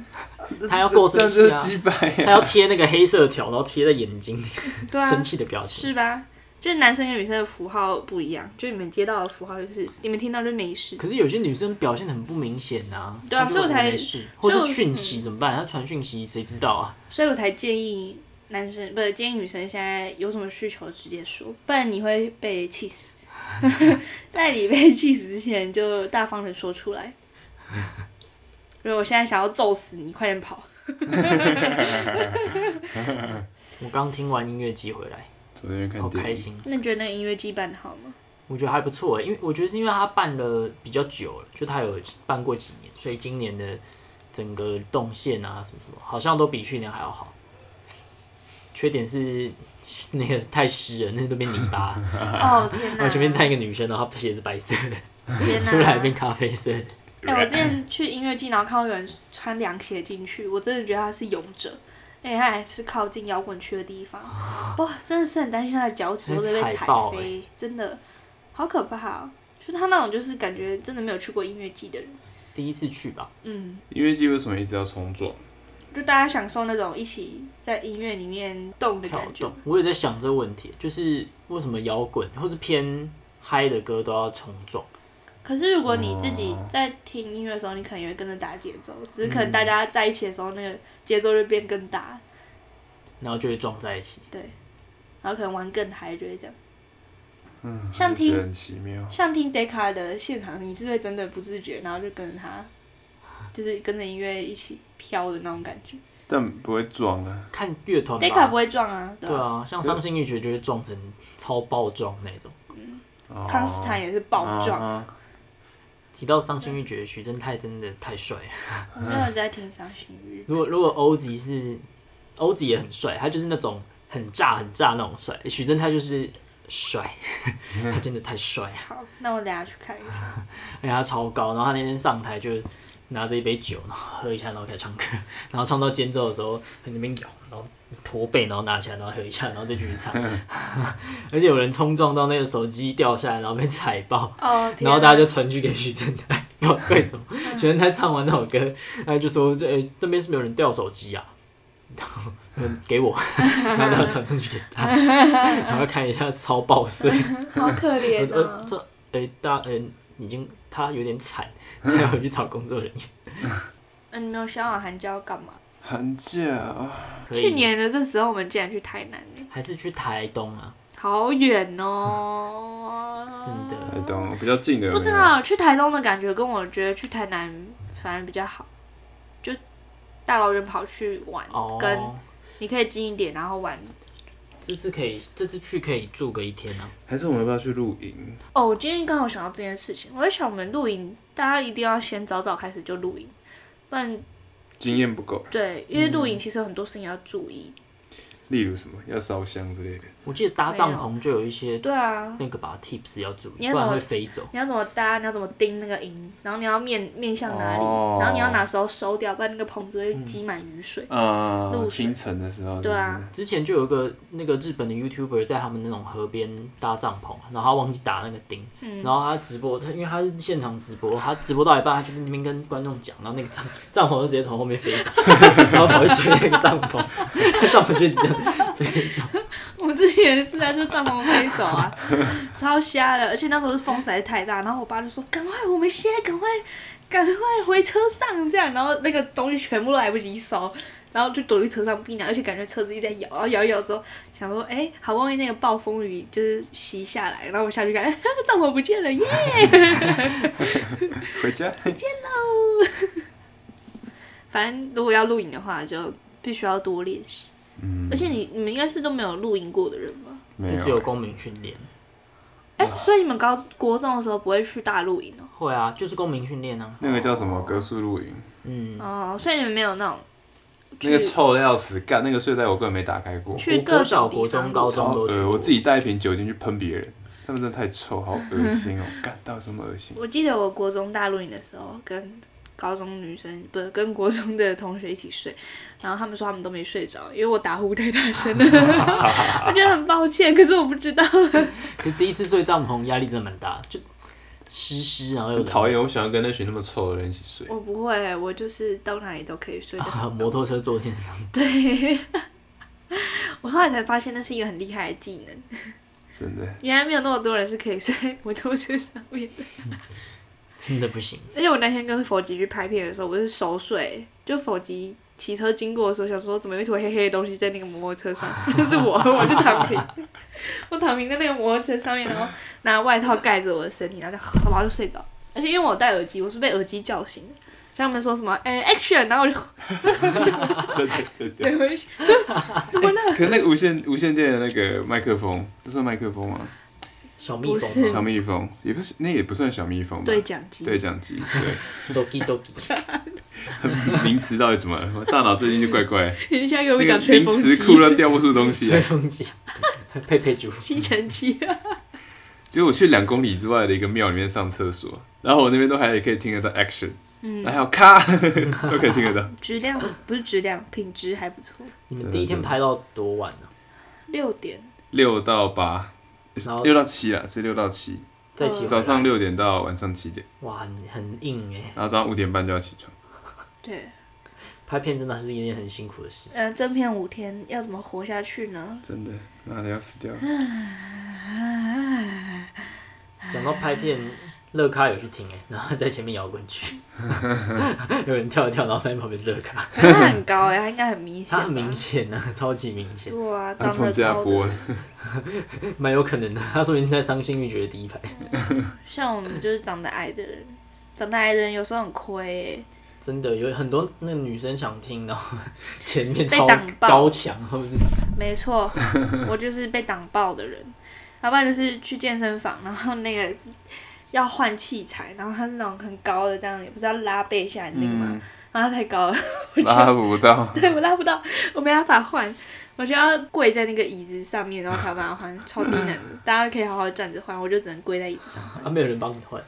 [SPEAKER 3] 他要够
[SPEAKER 1] 这样
[SPEAKER 3] 生
[SPEAKER 1] 就是
[SPEAKER 3] 气啊，
[SPEAKER 1] 击败
[SPEAKER 3] 他要贴那个黑色的条，然后贴在眼睛里，
[SPEAKER 2] 对啊，
[SPEAKER 3] 生气的表情。
[SPEAKER 2] 是吧？就是男生跟女生的符号不一样，就你们接到的符号就是你们听到就没事，
[SPEAKER 3] 可是有些女生表现得很不明显呐、
[SPEAKER 2] 对啊
[SPEAKER 3] 她就
[SPEAKER 2] 所以我才
[SPEAKER 3] 没事，或
[SPEAKER 2] 所以
[SPEAKER 3] 是
[SPEAKER 2] 我
[SPEAKER 3] 讯息怎么办？她传讯息谁知道啊？
[SPEAKER 2] 所以我才建议男生不是建议女生现在有什么需求直接说，不然你会被气死。 在你被气死之前，就大方的说出 来。所以我现在想要揍死你，快点跑！
[SPEAKER 3] 我刚听完音乐季回来，
[SPEAKER 1] 昨天去
[SPEAKER 3] 好
[SPEAKER 1] 看电
[SPEAKER 3] 开
[SPEAKER 1] 影，
[SPEAKER 3] 心。
[SPEAKER 2] 那你觉得那个音乐剧办的好吗？
[SPEAKER 3] 我觉得还不错欸，因为我觉得是因为他办了比较久了，就他有办过几年，所以今年的整个动线啊什么什么，好像都比去年还要好。缺点是 那个太湿了，那都变泥 巴。
[SPEAKER 2] 哦天
[SPEAKER 3] 然
[SPEAKER 2] 哪！
[SPEAKER 3] 后前面站一个女生，然后她鞋子白色的，
[SPEAKER 2] 天哪！
[SPEAKER 3] 出来变咖啡色。
[SPEAKER 2] 哎、我之前去音乐季，然后看到有人穿凉鞋进去，我真的觉得他是勇者。哎、他还是靠近摇滚区的地方，哇，真的是很担心他的脚趾会不会被
[SPEAKER 3] 被
[SPEAKER 2] 踩
[SPEAKER 3] 踩爆欸
[SPEAKER 2] 飞，真的好可怕哦！就是他那种，就是感觉真的没有去过音乐季的人，
[SPEAKER 3] 第一次去吧，
[SPEAKER 2] 嗯，
[SPEAKER 1] 音乐季为什么一直要重做？
[SPEAKER 2] 就大家享受那种一起在音乐里面动的
[SPEAKER 3] 跳
[SPEAKER 2] 感觉
[SPEAKER 3] 动。。我也在想这个问题，就是为什么摇滚或是偏嗨的歌都要重撞？
[SPEAKER 2] 可是如果你自己
[SPEAKER 3] 哦
[SPEAKER 2] 在听音乐的时候，你可能也会跟着打节奏，只是可
[SPEAKER 3] 嗯
[SPEAKER 2] 能大家在一起的时候，那个节奏就变更大，
[SPEAKER 3] 然后就会撞在一起。
[SPEAKER 2] 然后可能玩更嗨，就会这样。
[SPEAKER 1] 嗯，
[SPEAKER 2] 像
[SPEAKER 1] 我
[SPEAKER 2] 听
[SPEAKER 1] 觉得很奇妙。
[SPEAKER 2] 像听 Decca 的现场，你是会真的不自觉，然后就跟着他，就是跟着音乐一起飘的那种感觉。
[SPEAKER 1] 但不会撞 啊，
[SPEAKER 3] 看乐团吧。
[SPEAKER 2] Decca 不会撞啊，对
[SPEAKER 3] 哦对
[SPEAKER 2] 吧、
[SPEAKER 3] 啊，像伤心欲绝就会撞成超爆撞那种。啊
[SPEAKER 1] 哦
[SPEAKER 2] 康斯坦也是爆撞，
[SPEAKER 3] 哦
[SPEAKER 1] 啊
[SPEAKER 3] 提到伤心欲绝，徐正泰真的太帅了。
[SPEAKER 2] 我没有在听伤心欲。
[SPEAKER 3] 如果如果欧吉是欧吉也很帅，他就是那种很炸很炸那种帅。徐正泰就是帅， 他真的太帅了，
[SPEAKER 2] 好，那我等下去看一 下。
[SPEAKER 3] 而且他超高。然后他那天上台就拿着一杯酒，然后喝一下，然后开始唱歌，然后唱到间奏的时候，在那边摇，然后驼背，然后拿起来，然后喝一下，然后再继续唱。 而且有人冲撞到那个手机掉下来，然后被踩爆。
[SPEAKER 2] 哦，天
[SPEAKER 3] 然
[SPEAKER 2] 啊
[SPEAKER 3] 后大家就传去给许正泰， 不知道为什么，许正泰唱完那首歌，他就说：“这、欸、那边是没有人掉手机啊。” 然后嗯给我， 然后他传上去给他，然后看一下超爆碎，
[SPEAKER 2] 好可
[SPEAKER 3] 我
[SPEAKER 2] 怜
[SPEAKER 3] 说
[SPEAKER 2] 哦
[SPEAKER 3] 呃。这哎、大嗯、已经他有点 惨，他回去找工作人员。
[SPEAKER 2] 嗯，你没有想好寒假要干嘛？
[SPEAKER 1] 寒假啊，
[SPEAKER 3] 可以
[SPEAKER 2] 去年的这时候，我们竟然去台南耶，
[SPEAKER 3] 还是去台东啊，
[SPEAKER 2] 好远哦。
[SPEAKER 3] 真的
[SPEAKER 1] 台东比较近的有没
[SPEAKER 2] 不
[SPEAKER 1] 有，
[SPEAKER 2] 知道去台东的感觉跟我觉得去台南反而比较好，就大老远跑去玩，
[SPEAKER 3] 哦，
[SPEAKER 2] 跟你可以近一点，然后玩。
[SPEAKER 3] 这次可以这次去可以住个一天啊，
[SPEAKER 1] 还是我们要不要去露营？
[SPEAKER 2] 哦，我今天刚好想到这件事情，我在想我们露营，大家一定要先早早开始就露营，不然
[SPEAKER 1] 经验不够，
[SPEAKER 2] 对，因为露营其实有很多事情要注意。
[SPEAKER 1] 例如什么要烧香之类的。
[SPEAKER 3] 我记得搭帐篷就有一些
[SPEAKER 2] 对啊，
[SPEAKER 3] 那个吧 tips 要注
[SPEAKER 2] 你
[SPEAKER 3] 意，
[SPEAKER 2] 要
[SPEAKER 3] 不然
[SPEAKER 2] 怎么
[SPEAKER 3] 会飞走。
[SPEAKER 2] 你要怎么搭，你要怎么钉那个营，然后你要面面向哪里，
[SPEAKER 1] 哦
[SPEAKER 2] 然后你要哪时候收掉，不然那个棚子会积满雨水。
[SPEAKER 1] 啊
[SPEAKER 2] 露水
[SPEAKER 1] 清晨的时候，
[SPEAKER 2] 对啊，
[SPEAKER 3] 之前就有一个那个日本的 YouTuber 在他们那种河边搭帐篷，啊然后他忘记打那个钉，
[SPEAKER 2] 嗯
[SPEAKER 3] 然后他直播，他因为他是现场直播，他直播到一半，他就在那边跟观众讲，然后那个帐帐篷就直接从后面飞走， 然后跑去追那个帐篷，帐篷就直接飞走。
[SPEAKER 2] 我之前是在就帐篷飞走啊， 超瞎的，而且那时候是风实在太大，然后我爸就说：“赶快，我们现在赶快，赶快回车上这样。”然后那个东西全部都来不及烧，然后就躲进车上避难，而且感觉车子一直在摇，然后摇一摇之后想说：“哎、好不容易那个暴风雨就是袭下来，然后我下去看， 帐篷不见了耶
[SPEAKER 1] 对不对回家
[SPEAKER 2] 喽！”反正如果要露营的话，就必须要多练习。而且你你们应该是都没有露营过的人吧？
[SPEAKER 1] 没
[SPEAKER 3] 就
[SPEAKER 1] 有
[SPEAKER 3] 只有公民训练，
[SPEAKER 2] 哎、所以你们高国中的时候不会去大露营哦？
[SPEAKER 3] 会啊，就是公民训练啊。
[SPEAKER 1] 那个叫什么格数露营，
[SPEAKER 3] 嗯，
[SPEAKER 2] 哦，所以你们没有那种
[SPEAKER 1] 那个
[SPEAKER 2] 去
[SPEAKER 1] 臭的要死，干那个睡袋我根本没打开过，
[SPEAKER 2] 去
[SPEAKER 3] 国
[SPEAKER 2] 各
[SPEAKER 3] 国
[SPEAKER 2] 种
[SPEAKER 3] 小、
[SPEAKER 2] 地
[SPEAKER 3] 国
[SPEAKER 2] 方露
[SPEAKER 3] 中、高
[SPEAKER 2] 营
[SPEAKER 3] 中都去
[SPEAKER 1] 呃，
[SPEAKER 3] 过。
[SPEAKER 1] 我自己带一瓶酒精去喷别人，他们真的太臭，好恶心 哦，干到底什么恶心？
[SPEAKER 2] 我记得我国中大露营的时候，跟高中女生不是跟国中的同学一起睡，然后他们说他们都没睡着，因为我打呼太大 声了，我觉得很抱歉，可是我不知道。
[SPEAKER 3] 可是第一次睡帐篷，压力真的蛮大，就湿湿，然后又
[SPEAKER 1] 很
[SPEAKER 3] 冷
[SPEAKER 1] 讨厌，我喜欢跟那群那么臭的人一起睡。
[SPEAKER 2] 我不会，我就是到哪里都可以睡觉。
[SPEAKER 3] 啊摩托车坐垫上，
[SPEAKER 2] 对，我后来才发现那是一个很厉害的技能，
[SPEAKER 1] 真 的，
[SPEAKER 2] 原来没有那么多人是可以睡摩托车上面的。
[SPEAKER 3] 真的不行。
[SPEAKER 2] 而且我那天跟佛吉去拍片的时候，我是熟睡，就佛吉骑车经过的时候，想说怎么有一坨黑黑的东西在那个摩托车上， 是我，我就躺平，我躺平在那个摩托车上面，然后拿外套盖着我的身体，然后就好，然后就睡着。而且因为我戴耳机，我是被耳机叫醒的。他们说什么？哎、a c t i o n 然后我就
[SPEAKER 1] 真的，真的。
[SPEAKER 2] 对我就
[SPEAKER 1] 可那个无线无线电的那个麦克风，这算麦克风吗？
[SPEAKER 2] 嗯
[SPEAKER 3] 小蜜
[SPEAKER 2] 不是
[SPEAKER 3] 蜂啊
[SPEAKER 1] 小蜜蜂也不是，那也不算小蜜蜂吧？
[SPEAKER 2] 对讲机，
[SPEAKER 1] 对讲机，对，
[SPEAKER 3] ，doki doki，
[SPEAKER 1] 名词到底怎么了？ 我大脑最近就怪 怪，
[SPEAKER 2] 你现在给
[SPEAKER 1] 那
[SPEAKER 2] 我
[SPEAKER 1] 个
[SPEAKER 2] 讲吹
[SPEAKER 1] 名
[SPEAKER 2] 风
[SPEAKER 1] 词库
[SPEAKER 2] 机、
[SPEAKER 1] 都掉不出东西啊
[SPEAKER 3] 吹
[SPEAKER 1] 来。
[SPEAKER 3] 风机，佩佩 猪，
[SPEAKER 2] 吸尘器，
[SPEAKER 1] 结果我去两公里之外的一个庙里面上厕所，然后我那边都还可以听得到 action，
[SPEAKER 2] 嗯，
[SPEAKER 1] 还有咔 都可以听得到。
[SPEAKER 2] 质量不是质量，品质还不错。
[SPEAKER 3] 你们第一天拍到多晚
[SPEAKER 2] 嗯
[SPEAKER 3] 呢、
[SPEAKER 2] 六点，
[SPEAKER 1] 六到八
[SPEAKER 3] 然后，
[SPEAKER 1] 六到七啦，是六到七，
[SPEAKER 3] 在一起回来
[SPEAKER 1] 早上六点到晚上七点，
[SPEAKER 3] 哇，很很硬哎、
[SPEAKER 1] 然后早上五点半就要起床。
[SPEAKER 2] 对，
[SPEAKER 3] 拍片真的是一件很辛苦的事。
[SPEAKER 2] 呃，正片五天要怎么活下去呢？
[SPEAKER 1] 真的，妈的要死 掉了。
[SPEAKER 3] 讲到拍片，乐咖有去听哎、然后在前面摇滚 区， 有人跳一跳，然后发现旁边是乐咖，
[SPEAKER 2] 可是他很高哎、他应该很明显
[SPEAKER 3] 他
[SPEAKER 2] 吧，
[SPEAKER 3] 很明显啊，超级明显，
[SPEAKER 2] 对啊，
[SPEAKER 1] 他
[SPEAKER 2] 长
[SPEAKER 1] 从
[SPEAKER 2] 得
[SPEAKER 1] 家
[SPEAKER 2] 高
[SPEAKER 1] 播
[SPEAKER 2] 的
[SPEAKER 1] 了，，
[SPEAKER 3] 蛮有可能的。他说明在伤心欲绝的第一 排，
[SPEAKER 2] 像我们就是长得矮的人，长得矮的人有时候很亏、欸
[SPEAKER 3] 真的有很多那个女生想听，然后 前
[SPEAKER 2] 被
[SPEAKER 3] 面超
[SPEAKER 2] 挡爆
[SPEAKER 3] 高墙，然后就
[SPEAKER 2] 哎，没错，我就是被挡爆的人，要不然就是去健身房，然后那个要换器材，然后他是那种很高的，这样也不是要拉背下来那个吗？
[SPEAKER 1] 嗯，
[SPEAKER 2] 然后他太高了，
[SPEAKER 1] 拉不到。
[SPEAKER 2] 对我拉不到，我没办法换，我就要跪在那个椅子上面，然后才有办法换，超低能的。 大家可以好好站着换，我就只能跪在椅子上。
[SPEAKER 3] 啊没有人帮你换，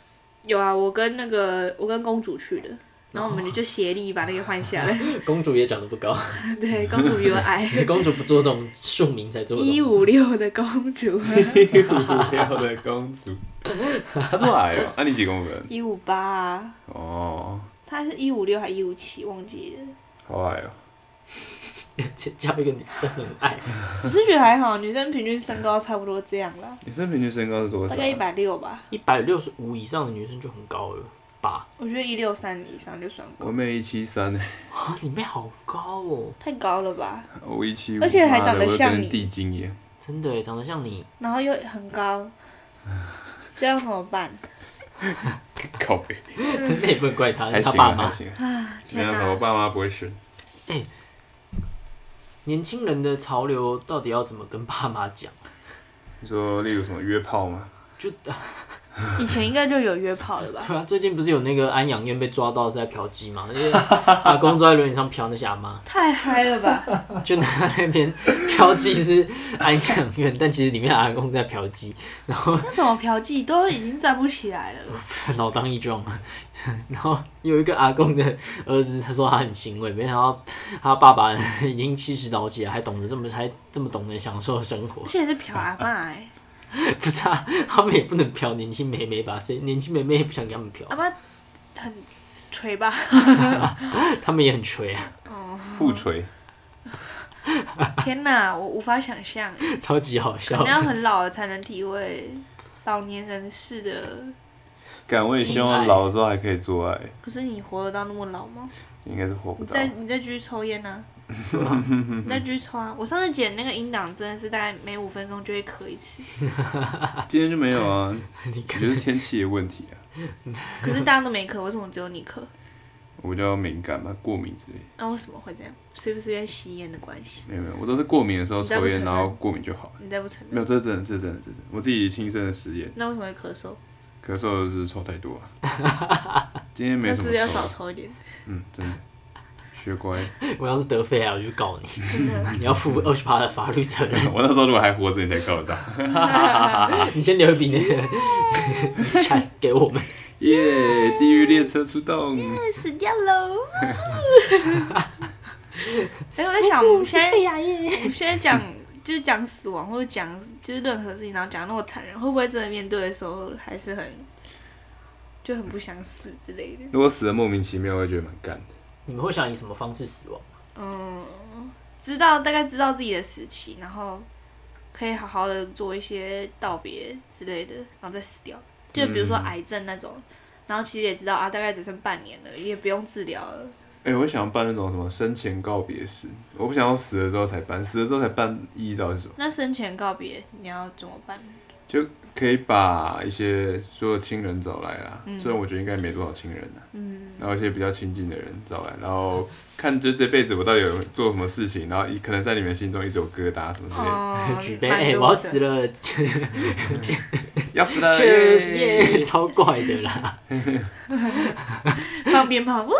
[SPEAKER 2] 有啊，我跟那个我跟公主去的，然后我们就协力把那个换下
[SPEAKER 1] 哦
[SPEAKER 2] 来。
[SPEAKER 3] 公主也长得不高，
[SPEAKER 2] 对，公主比我矮，
[SPEAKER 3] 公主不做这种庶民才做的
[SPEAKER 2] 一
[SPEAKER 3] 动
[SPEAKER 2] 五
[SPEAKER 3] 作，
[SPEAKER 2] 六的公 主，
[SPEAKER 1] 不要的公 主，她这么矮哦？那、你几公分？
[SPEAKER 2] 一五八，
[SPEAKER 1] 哦，
[SPEAKER 2] 她是一五六还一五七，忘记了。
[SPEAKER 1] 好矮哦。
[SPEAKER 3] 叫一个女生很矮，
[SPEAKER 2] 我是觉得还好，女生平均身高差不多这样啦，
[SPEAKER 1] 女生平均身高是啊多少？
[SPEAKER 2] 大概一。百六吧。
[SPEAKER 3] 一百六十五以上的女生就很高了吧？
[SPEAKER 2] 我觉得一六三以上就算
[SPEAKER 1] 我
[SPEAKER 2] 高，
[SPEAKER 1] 妹一七三欸呢，
[SPEAKER 3] 啊，你妹好高哦，
[SPEAKER 2] 太高了吧？
[SPEAKER 1] 我一七五，
[SPEAKER 2] 而且还长得
[SPEAKER 1] 妈的
[SPEAKER 2] 像
[SPEAKER 1] 我会
[SPEAKER 2] 你
[SPEAKER 1] 跟地精一样。
[SPEAKER 3] 真的耶长得像你，
[SPEAKER 2] 然后又很高，这样怎么办？
[SPEAKER 1] 靠背，
[SPEAKER 3] 那也不能怪他，
[SPEAKER 1] 还
[SPEAKER 3] 他
[SPEAKER 1] 行
[SPEAKER 3] 爸
[SPEAKER 1] 啊，还
[SPEAKER 3] 妈。
[SPEAKER 1] 行啊。
[SPEAKER 2] 啊，
[SPEAKER 1] 没
[SPEAKER 2] 天
[SPEAKER 1] 办法，我
[SPEAKER 2] 哪！
[SPEAKER 1] 爸妈不会选。
[SPEAKER 3] 年轻人的潮流到底要怎么跟爸妈讲？
[SPEAKER 1] 你说，例如什么约炮吗？
[SPEAKER 3] 就啊
[SPEAKER 2] 以前应该就有约炮了吧？
[SPEAKER 3] 对啊，最近不是有那个安养院被抓到是在嫖妓嘛？因为阿公坐在轮椅上嫖那些阿妈，
[SPEAKER 2] 太嗨了吧！
[SPEAKER 3] 就拿那边 嫖妓是安养院，但其实里面阿公在嫖妓，然后
[SPEAKER 2] 那什么嫖妓都已经站不起来了，
[SPEAKER 3] 老当益壮嘛。 然后有一个阿公的儿子，他说他很欣慰，没想到他爸爸已经七十老几了，还懂得这么还这么懂得享受生活
[SPEAKER 2] 而。且是嫖阿嬷哎、
[SPEAKER 3] 不是啊，他们也不能嫖年轻妹妹吧？谁年轻妹妹也不想给他们嫖，
[SPEAKER 2] 阿嬷啊很锤吧？
[SPEAKER 3] 他们也很垂啊，
[SPEAKER 2] 嗯
[SPEAKER 1] 互锤，
[SPEAKER 2] 天哪，我无法想象，
[SPEAKER 3] 超级好笑
[SPEAKER 2] 可能。要很老了才能体会老年人士的。
[SPEAKER 1] 敢我也希望老了之后还可以做爱，
[SPEAKER 2] 可是你活得到那么老吗？
[SPEAKER 1] 应该是活不
[SPEAKER 2] 你
[SPEAKER 1] 到。
[SPEAKER 2] 再你再继续抽烟 呢、啊？你再继续抽啊！我上次剪那个音档真的是大概每五分钟就会咳 一次，
[SPEAKER 1] 今天就没有啊，
[SPEAKER 3] 你
[SPEAKER 1] 我
[SPEAKER 3] 看
[SPEAKER 1] 觉得是天气的问题啊。
[SPEAKER 2] 可是大家都没咳，为什么只有你咳？
[SPEAKER 1] 我比较敏感吧，过敏之类的。
[SPEAKER 2] 那为什么会这样？是不是因为吸烟的关系？
[SPEAKER 1] 没有没有，我都是过敏的时候
[SPEAKER 2] 你再不
[SPEAKER 1] 抽烟，
[SPEAKER 2] 承
[SPEAKER 1] 然
[SPEAKER 2] 认
[SPEAKER 1] 后过敏就好了。
[SPEAKER 2] 你再不承
[SPEAKER 1] 没
[SPEAKER 2] 认
[SPEAKER 1] 有，，这是真的，这是真的，这是真的我自己亲身的实验。
[SPEAKER 2] 那为什么会咳嗽？
[SPEAKER 1] 咳嗽就是抽太多了， 今天没
[SPEAKER 2] 那
[SPEAKER 1] 什
[SPEAKER 2] 是
[SPEAKER 1] 么
[SPEAKER 2] 不是要少
[SPEAKER 1] 抽，
[SPEAKER 2] 抽一点？
[SPEAKER 1] 嗯，真的，学乖。
[SPEAKER 3] 我要是得肺癌，我就告你，
[SPEAKER 2] 真的，
[SPEAKER 3] 你要负二十趴的法律责任。
[SPEAKER 1] 我那时候如果还活着，你才告得到。
[SPEAKER 3] 你先留一笔那个 遗产给我们。
[SPEAKER 1] 耶、地狱列车出动。
[SPEAKER 2] 死掉 喽！哎，我在想，我们现在
[SPEAKER 3] 癌耶！
[SPEAKER 2] 我们现在讲就是讲死亡，或者讲就是任何事情，然后讲那么坦然，会不会真的面对的时候还是很就很不想死之类的？
[SPEAKER 1] 如果死的莫名其妙，我会觉得蛮干的。
[SPEAKER 3] 你们会想以什么方式死亡？
[SPEAKER 2] 嗯，知道大概知道自己的死期，然后可以好好的做一些道别之类的，然后再死掉。就比如说
[SPEAKER 1] 嗯
[SPEAKER 2] 癌症那种，然后其实也知道啊，大概只剩半年了，也不用治疗了。
[SPEAKER 1] 哎、我想要办那种什么生前告别式，我不想要死了之后才办，死了之后才办意义到底是什么？
[SPEAKER 2] 那生前告别你要怎么办？
[SPEAKER 1] 可以把一些所有亲人找来啦，
[SPEAKER 2] 嗯
[SPEAKER 1] 虽然我觉得应该没多少亲人啦，
[SPEAKER 2] 嗯，
[SPEAKER 1] 然后一些比较亲近的人找来，然后看就这辈子我到底有做什么事情，然后一可能在你们心中一直有疙瘩什么之类的，
[SPEAKER 2] 哦
[SPEAKER 3] 举杯，
[SPEAKER 2] 蛮
[SPEAKER 3] 哎、
[SPEAKER 2] 多的
[SPEAKER 3] 我要死了，
[SPEAKER 1] 要死了
[SPEAKER 3] 确实
[SPEAKER 1] 耶
[SPEAKER 3] 耶，超怪的啦，
[SPEAKER 2] 放鞭炮，哇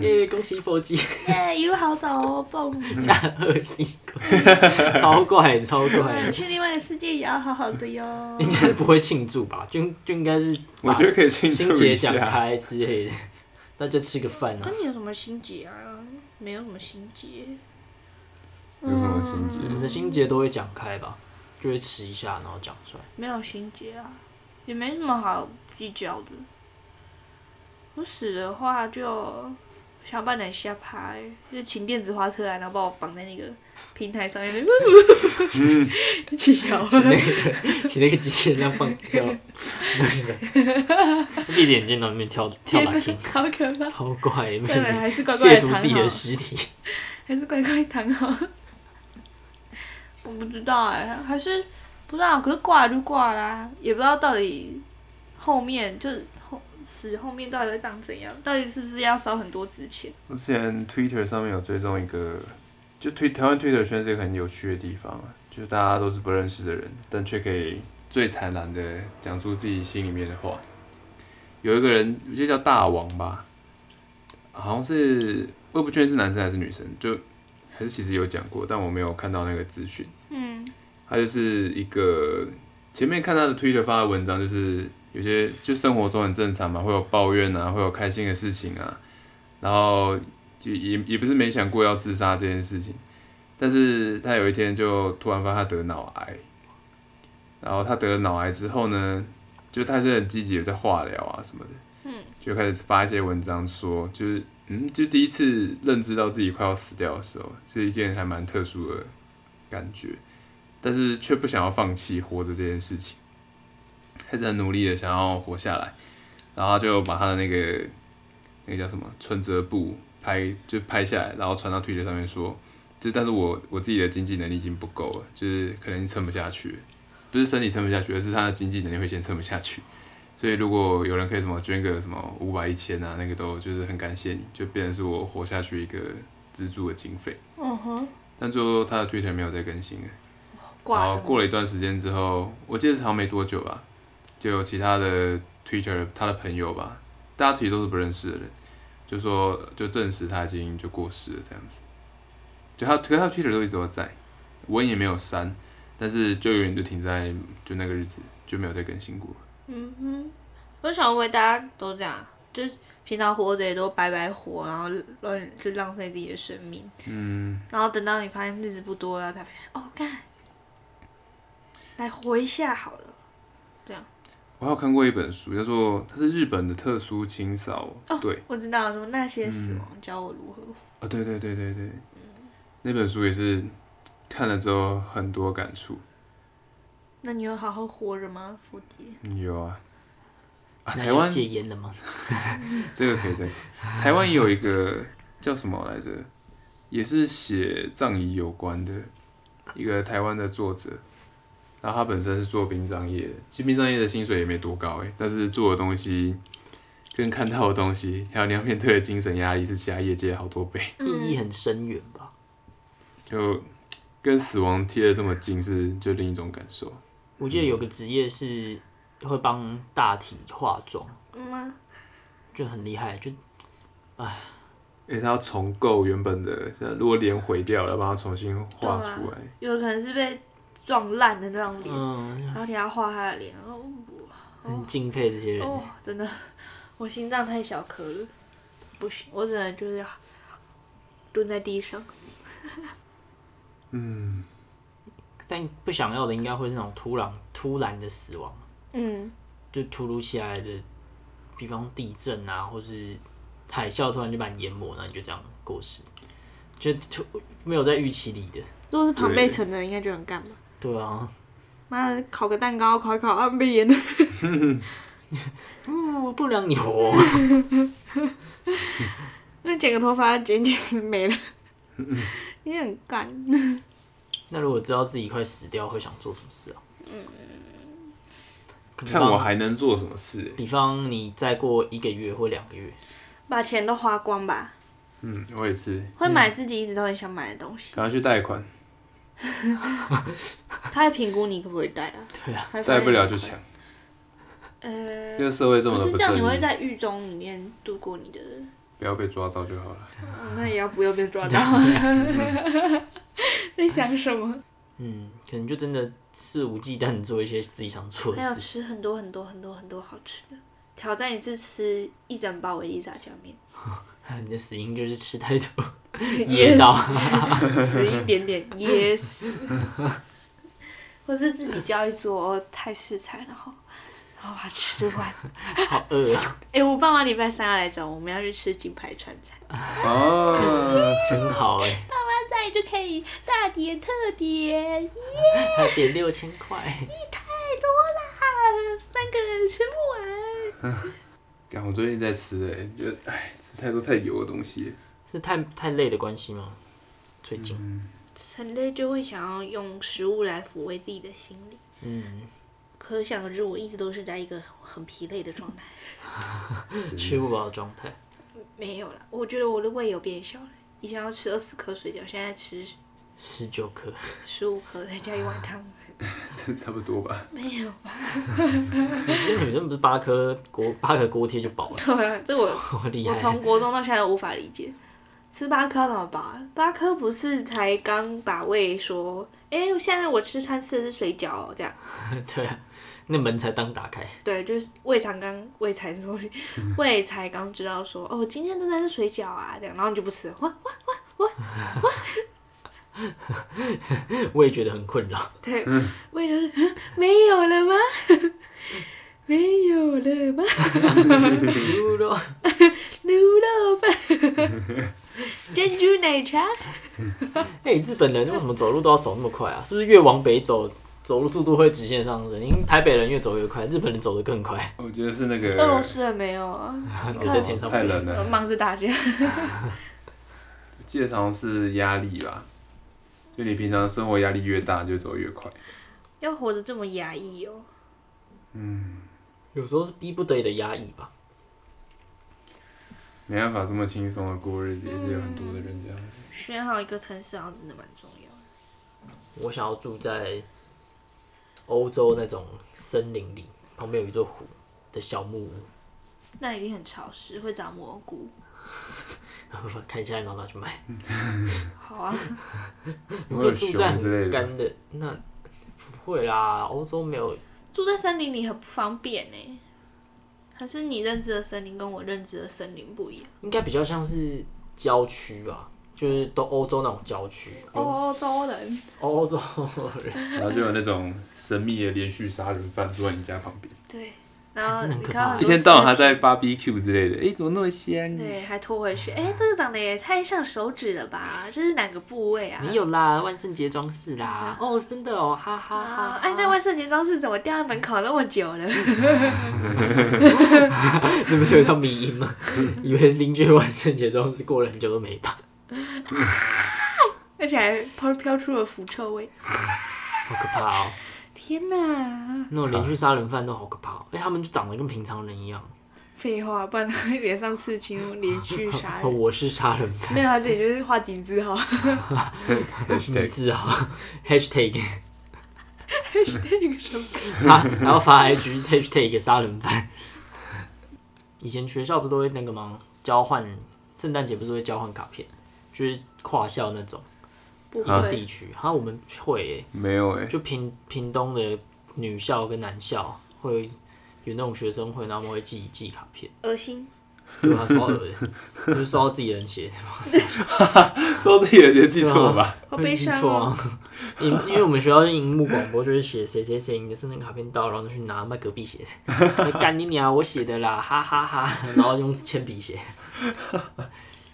[SPEAKER 3] 耶，恭喜佛吉，
[SPEAKER 2] 耶，一路好走哦，蹦！
[SPEAKER 3] 加贺西瓜，超怪，超怪，
[SPEAKER 2] 去另外一个世界也要好好的哟。
[SPEAKER 3] 应该是不会庆祝吧？就就应该是
[SPEAKER 1] 我觉得可以庆
[SPEAKER 3] 心
[SPEAKER 1] 祝
[SPEAKER 3] 结
[SPEAKER 1] 一
[SPEAKER 3] 讲
[SPEAKER 1] 下，
[SPEAKER 3] 开之类的，那就吃个饭啊
[SPEAKER 2] 跟。你有什么心结啊？没有什么心结。
[SPEAKER 1] 有什么心结
[SPEAKER 3] 我们的心结都会讲开吧，就会吃一下，然后讲出来。
[SPEAKER 2] 没有心结啊，也没什么好计较的。我死的话就想把你吓趴欸，就请电子花车来，然后把我绑在那个平台上面，
[SPEAKER 3] 嗯
[SPEAKER 2] 一起摇。
[SPEAKER 3] 请那个请那个机器人这样放跳，然后就这样闭着眼睛在那边跳
[SPEAKER 2] 天
[SPEAKER 3] 跳打
[SPEAKER 2] 哪
[SPEAKER 3] king，
[SPEAKER 2] 好可怕！
[SPEAKER 3] 超怪，没
[SPEAKER 2] 算了，还是乖乖
[SPEAKER 3] 亵
[SPEAKER 2] 地
[SPEAKER 3] 渎
[SPEAKER 2] 躺
[SPEAKER 3] 自己的
[SPEAKER 2] 好，
[SPEAKER 3] 尸体。
[SPEAKER 2] 还是乖乖地躺好。 我不知道哎、还是不知道，可是挂了就挂啦、也不知道到底后面就是后死后面到底会长怎样，到底是不是要烧很多纸钱？
[SPEAKER 1] 我之前 Twitter 上面有追踪一个，就推台湾 Twitter 圈是一个很有趣的地方啊，就是大家都是不认识的人，但却可以最坦然的讲出自己心里面的话。有一个人，我记得叫大王吧，好像是我也不确定是男生还是女生，就还是其实有讲过，但我没有看到那个资讯。
[SPEAKER 2] 嗯。
[SPEAKER 1] 他就是一个前面看他的推特发的文章，就是有些就生活中很正常嘛，会有抱怨啊，会有开心的事情啊，然后就也也不是没想过要自杀这件事情，但是他有一天就突然发现他得脑癌，然后他得了脑癌之后呢，就他还是很积极的在化疗啊什么的，嗯，就开始发一些文章说，就是嗯，就第一次认知到自己快要死掉的时候，是一件还蛮特殊的感觉。但是却不想要放弃活着这件事情，还是很努力的想要活下来，然后他就把他的那个那个叫什么存折簿拍就拍下来，然后传到推特上面说，就但是我我自己的经济能力已经不够了，就是可能撑不下去了，不是身体撑不下去，而是他的经济能力会先撑不下去。所以如果有人可以什么捐个什么五百一千啊，那个都就是很感谢你，就变成是我活下去一个资助的经费。
[SPEAKER 2] 嗯哼，
[SPEAKER 1] 但最后他的推特没有再更新了。然
[SPEAKER 2] 挂
[SPEAKER 1] 后
[SPEAKER 2] 了。
[SPEAKER 1] 哦过了一段时间之后，我记得好像没多久吧，就有其他的 Twitter 他的朋友吧，大家其实都是不认识的人，就说就证实他已经就过世了这样子。就他，可是他 Twitter 都一直都在，文也没有删，但是就永远就停在就那个日子就没有再更新过。
[SPEAKER 2] 嗯哼，我想为大家都这样，啊就是平常活着也都白白活，然后乱就浪费自己的生命，
[SPEAKER 1] 嗯，
[SPEAKER 2] 然后等到你发现日子不多了，才发现哦，干，来活一下好了。
[SPEAKER 1] 我还有看过一本书，叫做它是日本的特殊清扫
[SPEAKER 2] 哦
[SPEAKER 1] 队，
[SPEAKER 2] 我知道，说那些死亡教我如何活。
[SPEAKER 1] 啊、对对对对对，那本书也是看了之后很多感触。
[SPEAKER 2] 那你有好好活着吗，福杰？
[SPEAKER 1] 嗯有啊，啊，
[SPEAKER 3] 那
[SPEAKER 1] 台
[SPEAKER 3] 你
[SPEAKER 1] 湾
[SPEAKER 3] 戒烟的吗？
[SPEAKER 1] 这个可以再，台湾有一个叫什么来着，也是写葬仪有关的一个台湾的作者，然欸后他本身是做殡葬业的，其实殡葬业的薪水也没多高诶、但是做的东西跟看到的东西，还有你要面对的精神压力，是其他业界好多倍，
[SPEAKER 3] 意义很深远吧？
[SPEAKER 1] 就跟死亡贴的这么近是，就另一种感受。
[SPEAKER 3] 我记得有个职业是会帮大体化妆，
[SPEAKER 2] 嗯，
[SPEAKER 3] 就很厉害，就
[SPEAKER 1] 因为它要重构原本的，像如果脸毁掉了，要把它重新画
[SPEAKER 2] 对啊
[SPEAKER 1] 出来。
[SPEAKER 2] 有可能是被撞烂的那张脸，
[SPEAKER 3] 嗯，
[SPEAKER 2] 然后给他画他的脸，哦
[SPEAKER 3] 很敬佩这些人。
[SPEAKER 2] 哦，真的，我心脏太小颗了，不行，我只能就是蹲在地上。
[SPEAKER 3] 但不想要的应该会是那种突然突然的死亡，
[SPEAKER 2] 嗯，
[SPEAKER 3] 就突如其来的，比方地震啊，或是海啸突然就把你淹没，然后你就这样过世，就突没有在预期里的。
[SPEAKER 2] 如果是
[SPEAKER 1] 庞
[SPEAKER 2] 庞
[SPEAKER 1] 贝
[SPEAKER 2] 贝
[SPEAKER 1] 城
[SPEAKER 2] 城的，应该就很干嘛？
[SPEAKER 3] 对啊，
[SPEAKER 2] 妈的，烤个蛋糕，烤一烤，啊，被淹了。
[SPEAKER 3] 嗯，不让你活。
[SPEAKER 2] 那剪个头发，剪剪没了， 你很干。
[SPEAKER 3] 那如果知道自己快死掉，会想做什么事啊？嗯，比
[SPEAKER 1] 看我
[SPEAKER 3] 方
[SPEAKER 1] 还能做什么事、欸
[SPEAKER 3] 比方你再过一个月或两个月，
[SPEAKER 2] 把钱都花光吧，
[SPEAKER 1] 嗯，我也是，
[SPEAKER 2] 会买自己一直都很想买的东西。
[SPEAKER 1] 赶快去贷款，
[SPEAKER 2] 他还评估你可不可以贷啊？
[SPEAKER 3] 对啊
[SPEAKER 2] 还发
[SPEAKER 1] 贷
[SPEAKER 2] 现
[SPEAKER 1] 不了就抢。
[SPEAKER 2] 呃
[SPEAKER 1] 这，个社会这么
[SPEAKER 2] 可
[SPEAKER 1] 的
[SPEAKER 2] 是
[SPEAKER 1] 不
[SPEAKER 2] 这样
[SPEAKER 1] 正
[SPEAKER 2] 你会
[SPEAKER 1] 义，
[SPEAKER 2] 在狱中里面度过 你的，
[SPEAKER 1] 不要被抓到就好了。
[SPEAKER 2] 那也要不要被 抓到？啊在想什么？
[SPEAKER 3] 嗯，可能就真的肆无忌惮地做一些自己想做的
[SPEAKER 2] 还有
[SPEAKER 3] 事情。
[SPEAKER 2] 吃很多很多很多很多好吃的。挑战一次吃一整包维力炸酱 面，
[SPEAKER 3] 你的死因就是吃太多噎
[SPEAKER 2] yes，
[SPEAKER 3] 到。
[SPEAKER 2] 死一点点 yes，或是自己叫一桌泰式菜，然后然后把它吃完。
[SPEAKER 3] 好饿啊，
[SPEAKER 2] 哎、我爸妈礼拜三要来找我，我们要去吃金牌川菜，
[SPEAKER 1] 哦，
[SPEAKER 3] 真好哎、
[SPEAKER 2] 再就可以大点特点，耶，
[SPEAKER 3] 还点六千块，
[SPEAKER 2] 太多啦，三个人吃不完。
[SPEAKER 1] 干，我最近在吃、欸，哎，就哎，吃太多太油的东西了。
[SPEAKER 3] 是太太累的关系吗？最近，
[SPEAKER 2] 很累就会想要用食物来抚慰自己的心理，
[SPEAKER 3] 嗯，
[SPEAKER 2] 可想而知，我一直都是在一个很疲累的状态。
[SPEAKER 3] 吃不饱的状态，
[SPEAKER 2] 没有啦，我觉得我的胃有变小了，以前要吃二十颗水饺，现在吃
[SPEAKER 3] 十九颗，
[SPEAKER 2] 十五颗，再加一碗汤。
[SPEAKER 1] 这 差不多吧。
[SPEAKER 2] 没有吧？
[SPEAKER 3] 这女生不是八颗锅八颗锅贴就饱了，
[SPEAKER 2] 对啊，这我
[SPEAKER 3] 好厉
[SPEAKER 2] 我
[SPEAKER 3] 害！
[SPEAKER 2] 从国中到现在都无法理解，吃八颗怎么饱啊？八颗不是才刚把胃说，哎、现在我吃餐吃的是水饺、哦，这样，
[SPEAKER 3] 对啊，那门才刚打开，
[SPEAKER 2] 对，就是胃才刚胃才 什么，胃才刚知道说，哦，今天正在吃水饺啊，这样，然后你就不吃了，哇，
[SPEAKER 3] 我也觉得很困扰。
[SPEAKER 2] 对，胃就是 嗯没有了吗？没有了吗？
[SPEAKER 3] 牛肉
[SPEAKER 2] 牛肉饭，珍珠奶茶，
[SPEAKER 3] 哎、日本人为什么走路都要走那么快啊？是不是越往北走，走路速度会直线上升？因为台北人越走越快，日本人走得更快，
[SPEAKER 1] 我觉得是那个哦
[SPEAKER 2] 俄罗斯人嗯没有啊，
[SPEAKER 3] 直接在天上
[SPEAKER 1] 太冷
[SPEAKER 2] 我
[SPEAKER 1] 了，
[SPEAKER 2] 忙着打架。
[SPEAKER 1] 记得好像是压力吧。就你平常生活压力越大，你就走越快。
[SPEAKER 2] 要活得这么压抑哦。
[SPEAKER 3] 有时候是逼不得已的压抑吧。
[SPEAKER 1] 没办法这么轻松的过日子，也是有很多的人这样。
[SPEAKER 2] 选好一个城市好像真的蛮重要的。
[SPEAKER 3] 我想要住在欧洲那种森林里，旁边有一座湖的小木屋，
[SPEAKER 2] 那一定很潮湿，会长蘑菇。
[SPEAKER 3] 然后看下来，然后拿去卖。
[SPEAKER 2] 好啊，
[SPEAKER 3] 如
[SPEAKER 1] 会
[SPEAKER 3] 果
[SPEAKER 1] 有
[SPEAKER 3] 住在
[SPEAKER 1] 熊之类的，
[SPEAKER 3] 很干的，那不会啦，欧洲没有。
[SPEAKER 2] 住在森林里很不方便呢。还是你认知的森林跟我认知的森林不一样。
[SPEAKER 3] 应该比较像是郊区吧，就是都欧洲那种郊区。
[SPEAKER 2] 欧洲人，
[SPEAKER 3] 欧洲 人
[SPEAKER 1] 然后就有那种神秘的连续杀人犯住在你家旁边，
[SPEAKER 2] 对，然后
[SPEAKER 3] 真的很
[SPEAKER 2] 你
[SPEAKER 3] 可
[SPEAKER 2] 看到
[SPEAKER 3] 怕
[SPEAKER 2] 很
[SPEAKER 1] 一
[SPEAKER 2] 多
[SPEAKER 1] 天到晚他
[SPEAKER 2] 尸
[SPEAKER 1] 在
[SPEAKER 2] 体
[SPEAKER 1] BBQ 之类的，诶，怎么那么香？
[SPEAKER 2] 对，还拖回去。哎、这个长得也太像手指了吧？这是哪个部位啊？
[SPEAKER 3] 没有啦，万圣节装饰啦。哦，真的哦，哈哈哈
[SPEAKER 2] 啊！
[SPEAKER 3] 哈。
[SPEAKER 2] 哎、在万圣节装饰怎么掉在门 口那么久了？
[SPEAKER 3] 你不是有一张迷音吗？ 以为邻居万圣节装饰过了很久都没吧，
[SPEAKER 2] 而且还飘飘出了腐臭味。
[SPEAKER 3] 好可怕哦。
[SPEAKER 2] 天哪！
[SPEAKER 3] 啊哎那种连续杀人犯都好可怕、哦，而且他们就长得跟平常人一样，
[SPEAKER 2] 废话，不然他会脸上刺青，连续杀人。
[SPEAKER 3] 哦 我是杀人
[SPEAKER 2] 没有，他自己就是画几只 哈。
[SPEAKER 3] 女
[SPEAKER 1] hashtag
[SPEAKER 3] 字号 hashtag，
[SPEAKER 2] 那个什么，
[SPEAKER 3] 发然后发 IG hashtag 杀人犯。以前学校不都会那个吗？交换圣诞节不是会交换卡片，就是跨校那种
[SPEAKER 2] 不
[SPEAKER 3] 一个
[SPEAKER 2] 会，
[SPEAKER 3] 地区。好、像我们会耶、
[SPEAKER 1] 没有哎、
[SPEAKER 3] 就屏屏东的女校跟男校会有那种学生会，然后我们会寄一寄卡 片，
[SPEAKER 2] 恶心。
[SPEAKER 3] 对啊，超恶的，就是收到自己人写，
[SPEAKER 1] 说自己的节记错 吧？
[SPEAKER 2] 好悲伤
[SPEAKER 3] 错
[SPEAKER 2] 哦！
[SPEAKER 3] 啊！因因为我们学校是荧幕广播，就是写谁谁谁你的圣诞卡片到，然后就去拿卖隔 壁写的，干你娘，我写的啦，哈哈哈然后用铅笔写，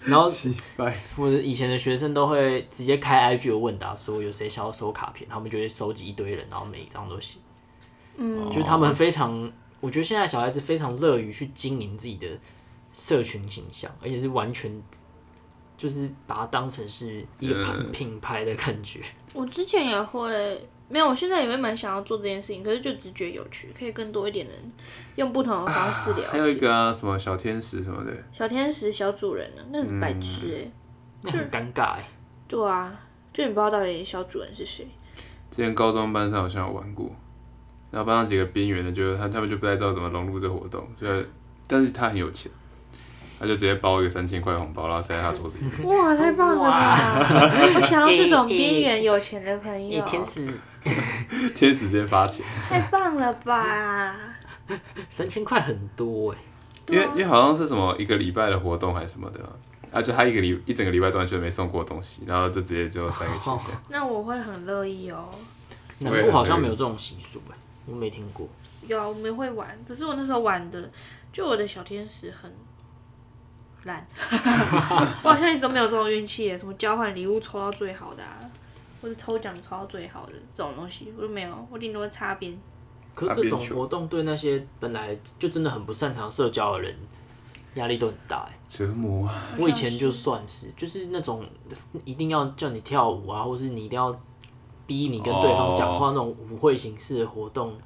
[SPEAKER 3] 然后
[SPEAKER 1] 奇怪，
[SPEAKER 3] 我的以前的学生都会直接开 IG 的问答，说有谁想要收卡片，他们就会收集一堆人，然后每一张都写。
[SPEAKER 2] 嗯，
[SPEAKER 3] 就是他们非常，我觉得现在小孩子非常乐于去经营自己的社群形象，而且是完全就是把它当成是一
[SPEAKER 1] 嗯
[SPEAKER 3] 个品品牌的感觉。
[SPEAKER 2] 我之前也会，没有，我现在也会蛮想要做这件事情，可是就只觉得有趣，可以跟多一点人用不同的方式聊
[SPEAKER 1] 还有一
[SPEAKER 2] 天。
[SPEAKER 1] 个啊，什么小天使什么的，
[SPEAKER 2] 小天使、小主人呢？那很白
[SPEAKER 1] 嗯
[SPEAKER 2] 痴哎、
[SPEAKER 3] 那很尴尬哎、
[SPEAKER 2] 对啊，就你不知道到底小主人是谁。
[SPEAKER 1] 之前高中班上好像有玩过，然后班上几个边缘的就，他他们就不太知道怎么融入这活动，所以但是他很有钱，他就直接包一个三千块红包，然后塞在他桌 子里。
[SPEAKER 2] 哇，太棒了吧！我想要这种边缘有钱的朋
[SPEAKER 3] 欸
[SPEAKER 2] 友，
[SPEAKER 3] 天使
[SPEAKER 1] 天使直接发钱，
[SPEAKER 2] 太棒了吧！
[SPEAKER 3] 三千块很多哎、
[SPEAKER 1] 因为因为好像是什么一个礼拜的活动还是什么的啊，啊就他一个礼一整个礼拜都完全没送过东西，然后就直接就塞个钱。
[SPEAKER 2] 那我会很乐意哦。
[SPEAKER 1] 我也
[SPEAKER 3] 南
[SPEAKER 1] 很
[SPEAKER 3] 部好像没有这种习俗哎、我没听过。
[SPEAKER 2] 有啊，我们会玩，可是我那时候玩的，就我的小天使很烂，我好像一直都没有这种运气耶，什么交换礼物抽到最好的、啊，或者抽奖抽到最好的这种东西，我都没有，我顶多擦边。
[SPEAKER 3] 可是这种活动对那些本来就真的很不擅长社交的人，压力都很大哎、
[SPEAKER 1] 折磨啊！
[SPEAKER 3] 我以前就算是，就是那种一定要叫你跳舞啊，或是你一定要逼你跟对方讲话那种舞会形式的活动，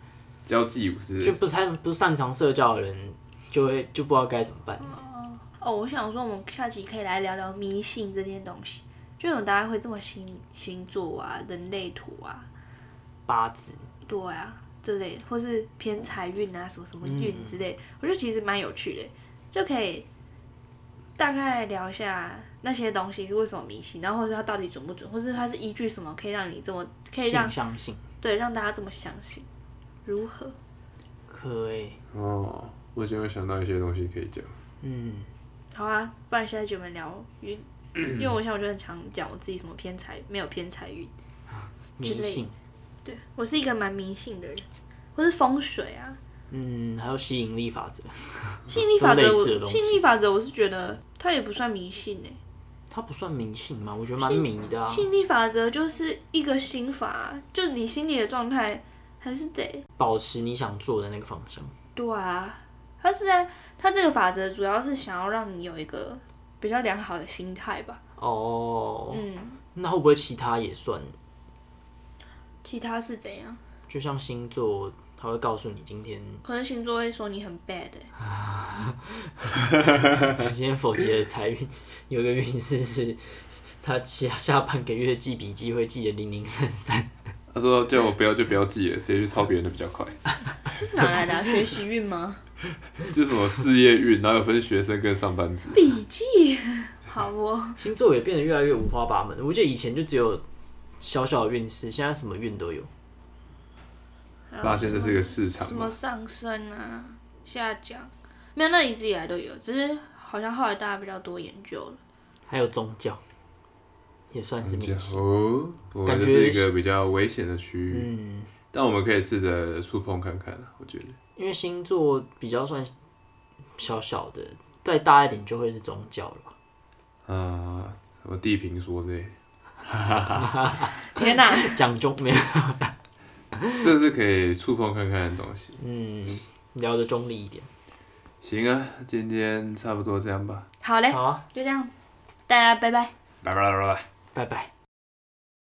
[SPEAKER 1] 交际舞是
[SPEAKER 3] 就不擅不擅长社交的人，就会就不知道该怎么办。
[SPEAKER 2] 哦，我想说我们下集可以来聊聊迷信这件东西，就有大家会这么星星座啊、人类图啊，
[SPEAKER 3] 八字，
[SPEAKER 2] 对啊这类，或是偏财运啊、什么什么运
[SPEAKER 3] 嗯
[SPEAKER 2] 之类，我觉得其实蛮有趣的，就可以大概聊一下那些东西是为什么迷信，然后或是它到底准不准，或是它是依据什么可以让你这么可以让
[SPEAKER 3] 性相信，
[SPEAKER 2] 对让大家这么相信，如何？
[SPEAKER 3] 可以，
[SPEAKER 1] 哦，我已经有想到一些东西可以讲。
[SPEAKER 3] 嗯，
[SPEAKER 2] 好啊，不然下一集我们聊运，因为我想我就很常讲我自己什么偏财没有偏财运，之类
[SPEAKER 3] 迷信，
[SPEAKER 2] 对我是一个蛮迷信的人，或是风水啊，
[SPEAKER 3] 嗯，还有吸引力法则，
[SPEAKER 2] 吸引力法则
[SPEAKER 3] 都类似的
[SPEAKER 2] 我
[SPEAKER 3] 东
[SPEAKER 2] 吸
[SPEAKER 3] 西
[SPEAKER 2] 引力法则我是觉得它也不算迷信欸诶、
[SPEAKER 3] 它不算迷信嘛，我觉得蛮迷的啊
[SPEAKER 2] 吸。引力法则就是一个心法，就是你心里的状态还是得
[SPEAKER 3] 保持你想做的那个方向，
[SPEAKER 2] 对啊。它是在它这个法则主要是想要让你有一个比较良好的心态吧。
[SPEAKER 3] 哦，
[SPEAKER 2] 嗯，
[SPEAKER 3] 那会不会其他也算？
[SPEAKER 2] 其他是怎样？
[SPEAKER 3] 就像星座，它会告诉你今天
[SPEAKER 2] 可能星座会说你很 bad，、欸、
[SPEAKER 3] 今天否杰的财运有一个运势是，他下下半个月记笔记会记得零零散散，
[SPEAKER 1] 他说叫我不要就不要记了，直接去抄别人的比较快。
[SPEAKER 2] 这哪来的啊、学习运吗？
[SPEAKER 1] 就什么事业运，然后有分学生跟上班族。
[SPEAKER 2] 笔记，好哦。
[SPEAKER 3] 星座也变得越来越五花八门。我记得以前就只有小小的运势，现在什么运都有。
[SPEAKER 2] 还有
[SPEAKER 1] 发现这是一个市场
[SPEAKER 2] 什
[SPEAKER 1] 嘛
[SPEAKER 2] 么？上升啊、下降，没有，那一直以来都有，只是好像后来大家比较多研究 了。
[SPEAKER 3] 还有宗教，也算是迷信。
[SPEAKER 1] 哦，我们
[SPEAKER 3] 感
[SPEAKER 1] 就
[SPEAKER 3] 觉
[SPEAKER 1] 是一个比较危险的区域，
[SPEAKER 3] 嗯，
[SPEAKER 1] 但我们可以试着触碰看看啊我觉得
[SPEAKER 3] 因为星座比较算小小的，再大一点就会是宗教了吧。
[SPEAKER 1] 啊，什么地平说之类的，
[SPEAKER 2] 天哪、
[SPEAKER 3] 讲中没有，
[SPEAKER 1] 这是可以触碰看看的东西。
[SPEAKER 3] 嗯，聊得中立一点。
[SPEAKER 1] 行啊，今天差不多这样吧，
[SPEAKER 2] 好嘞，
[SPEAKER 3] 好啊，
[SPEAKER 2] 就这样，大家拜拜。
[SPEAKER 1] 拜拜拜拜。
[SPEAKER 3] 拜拜。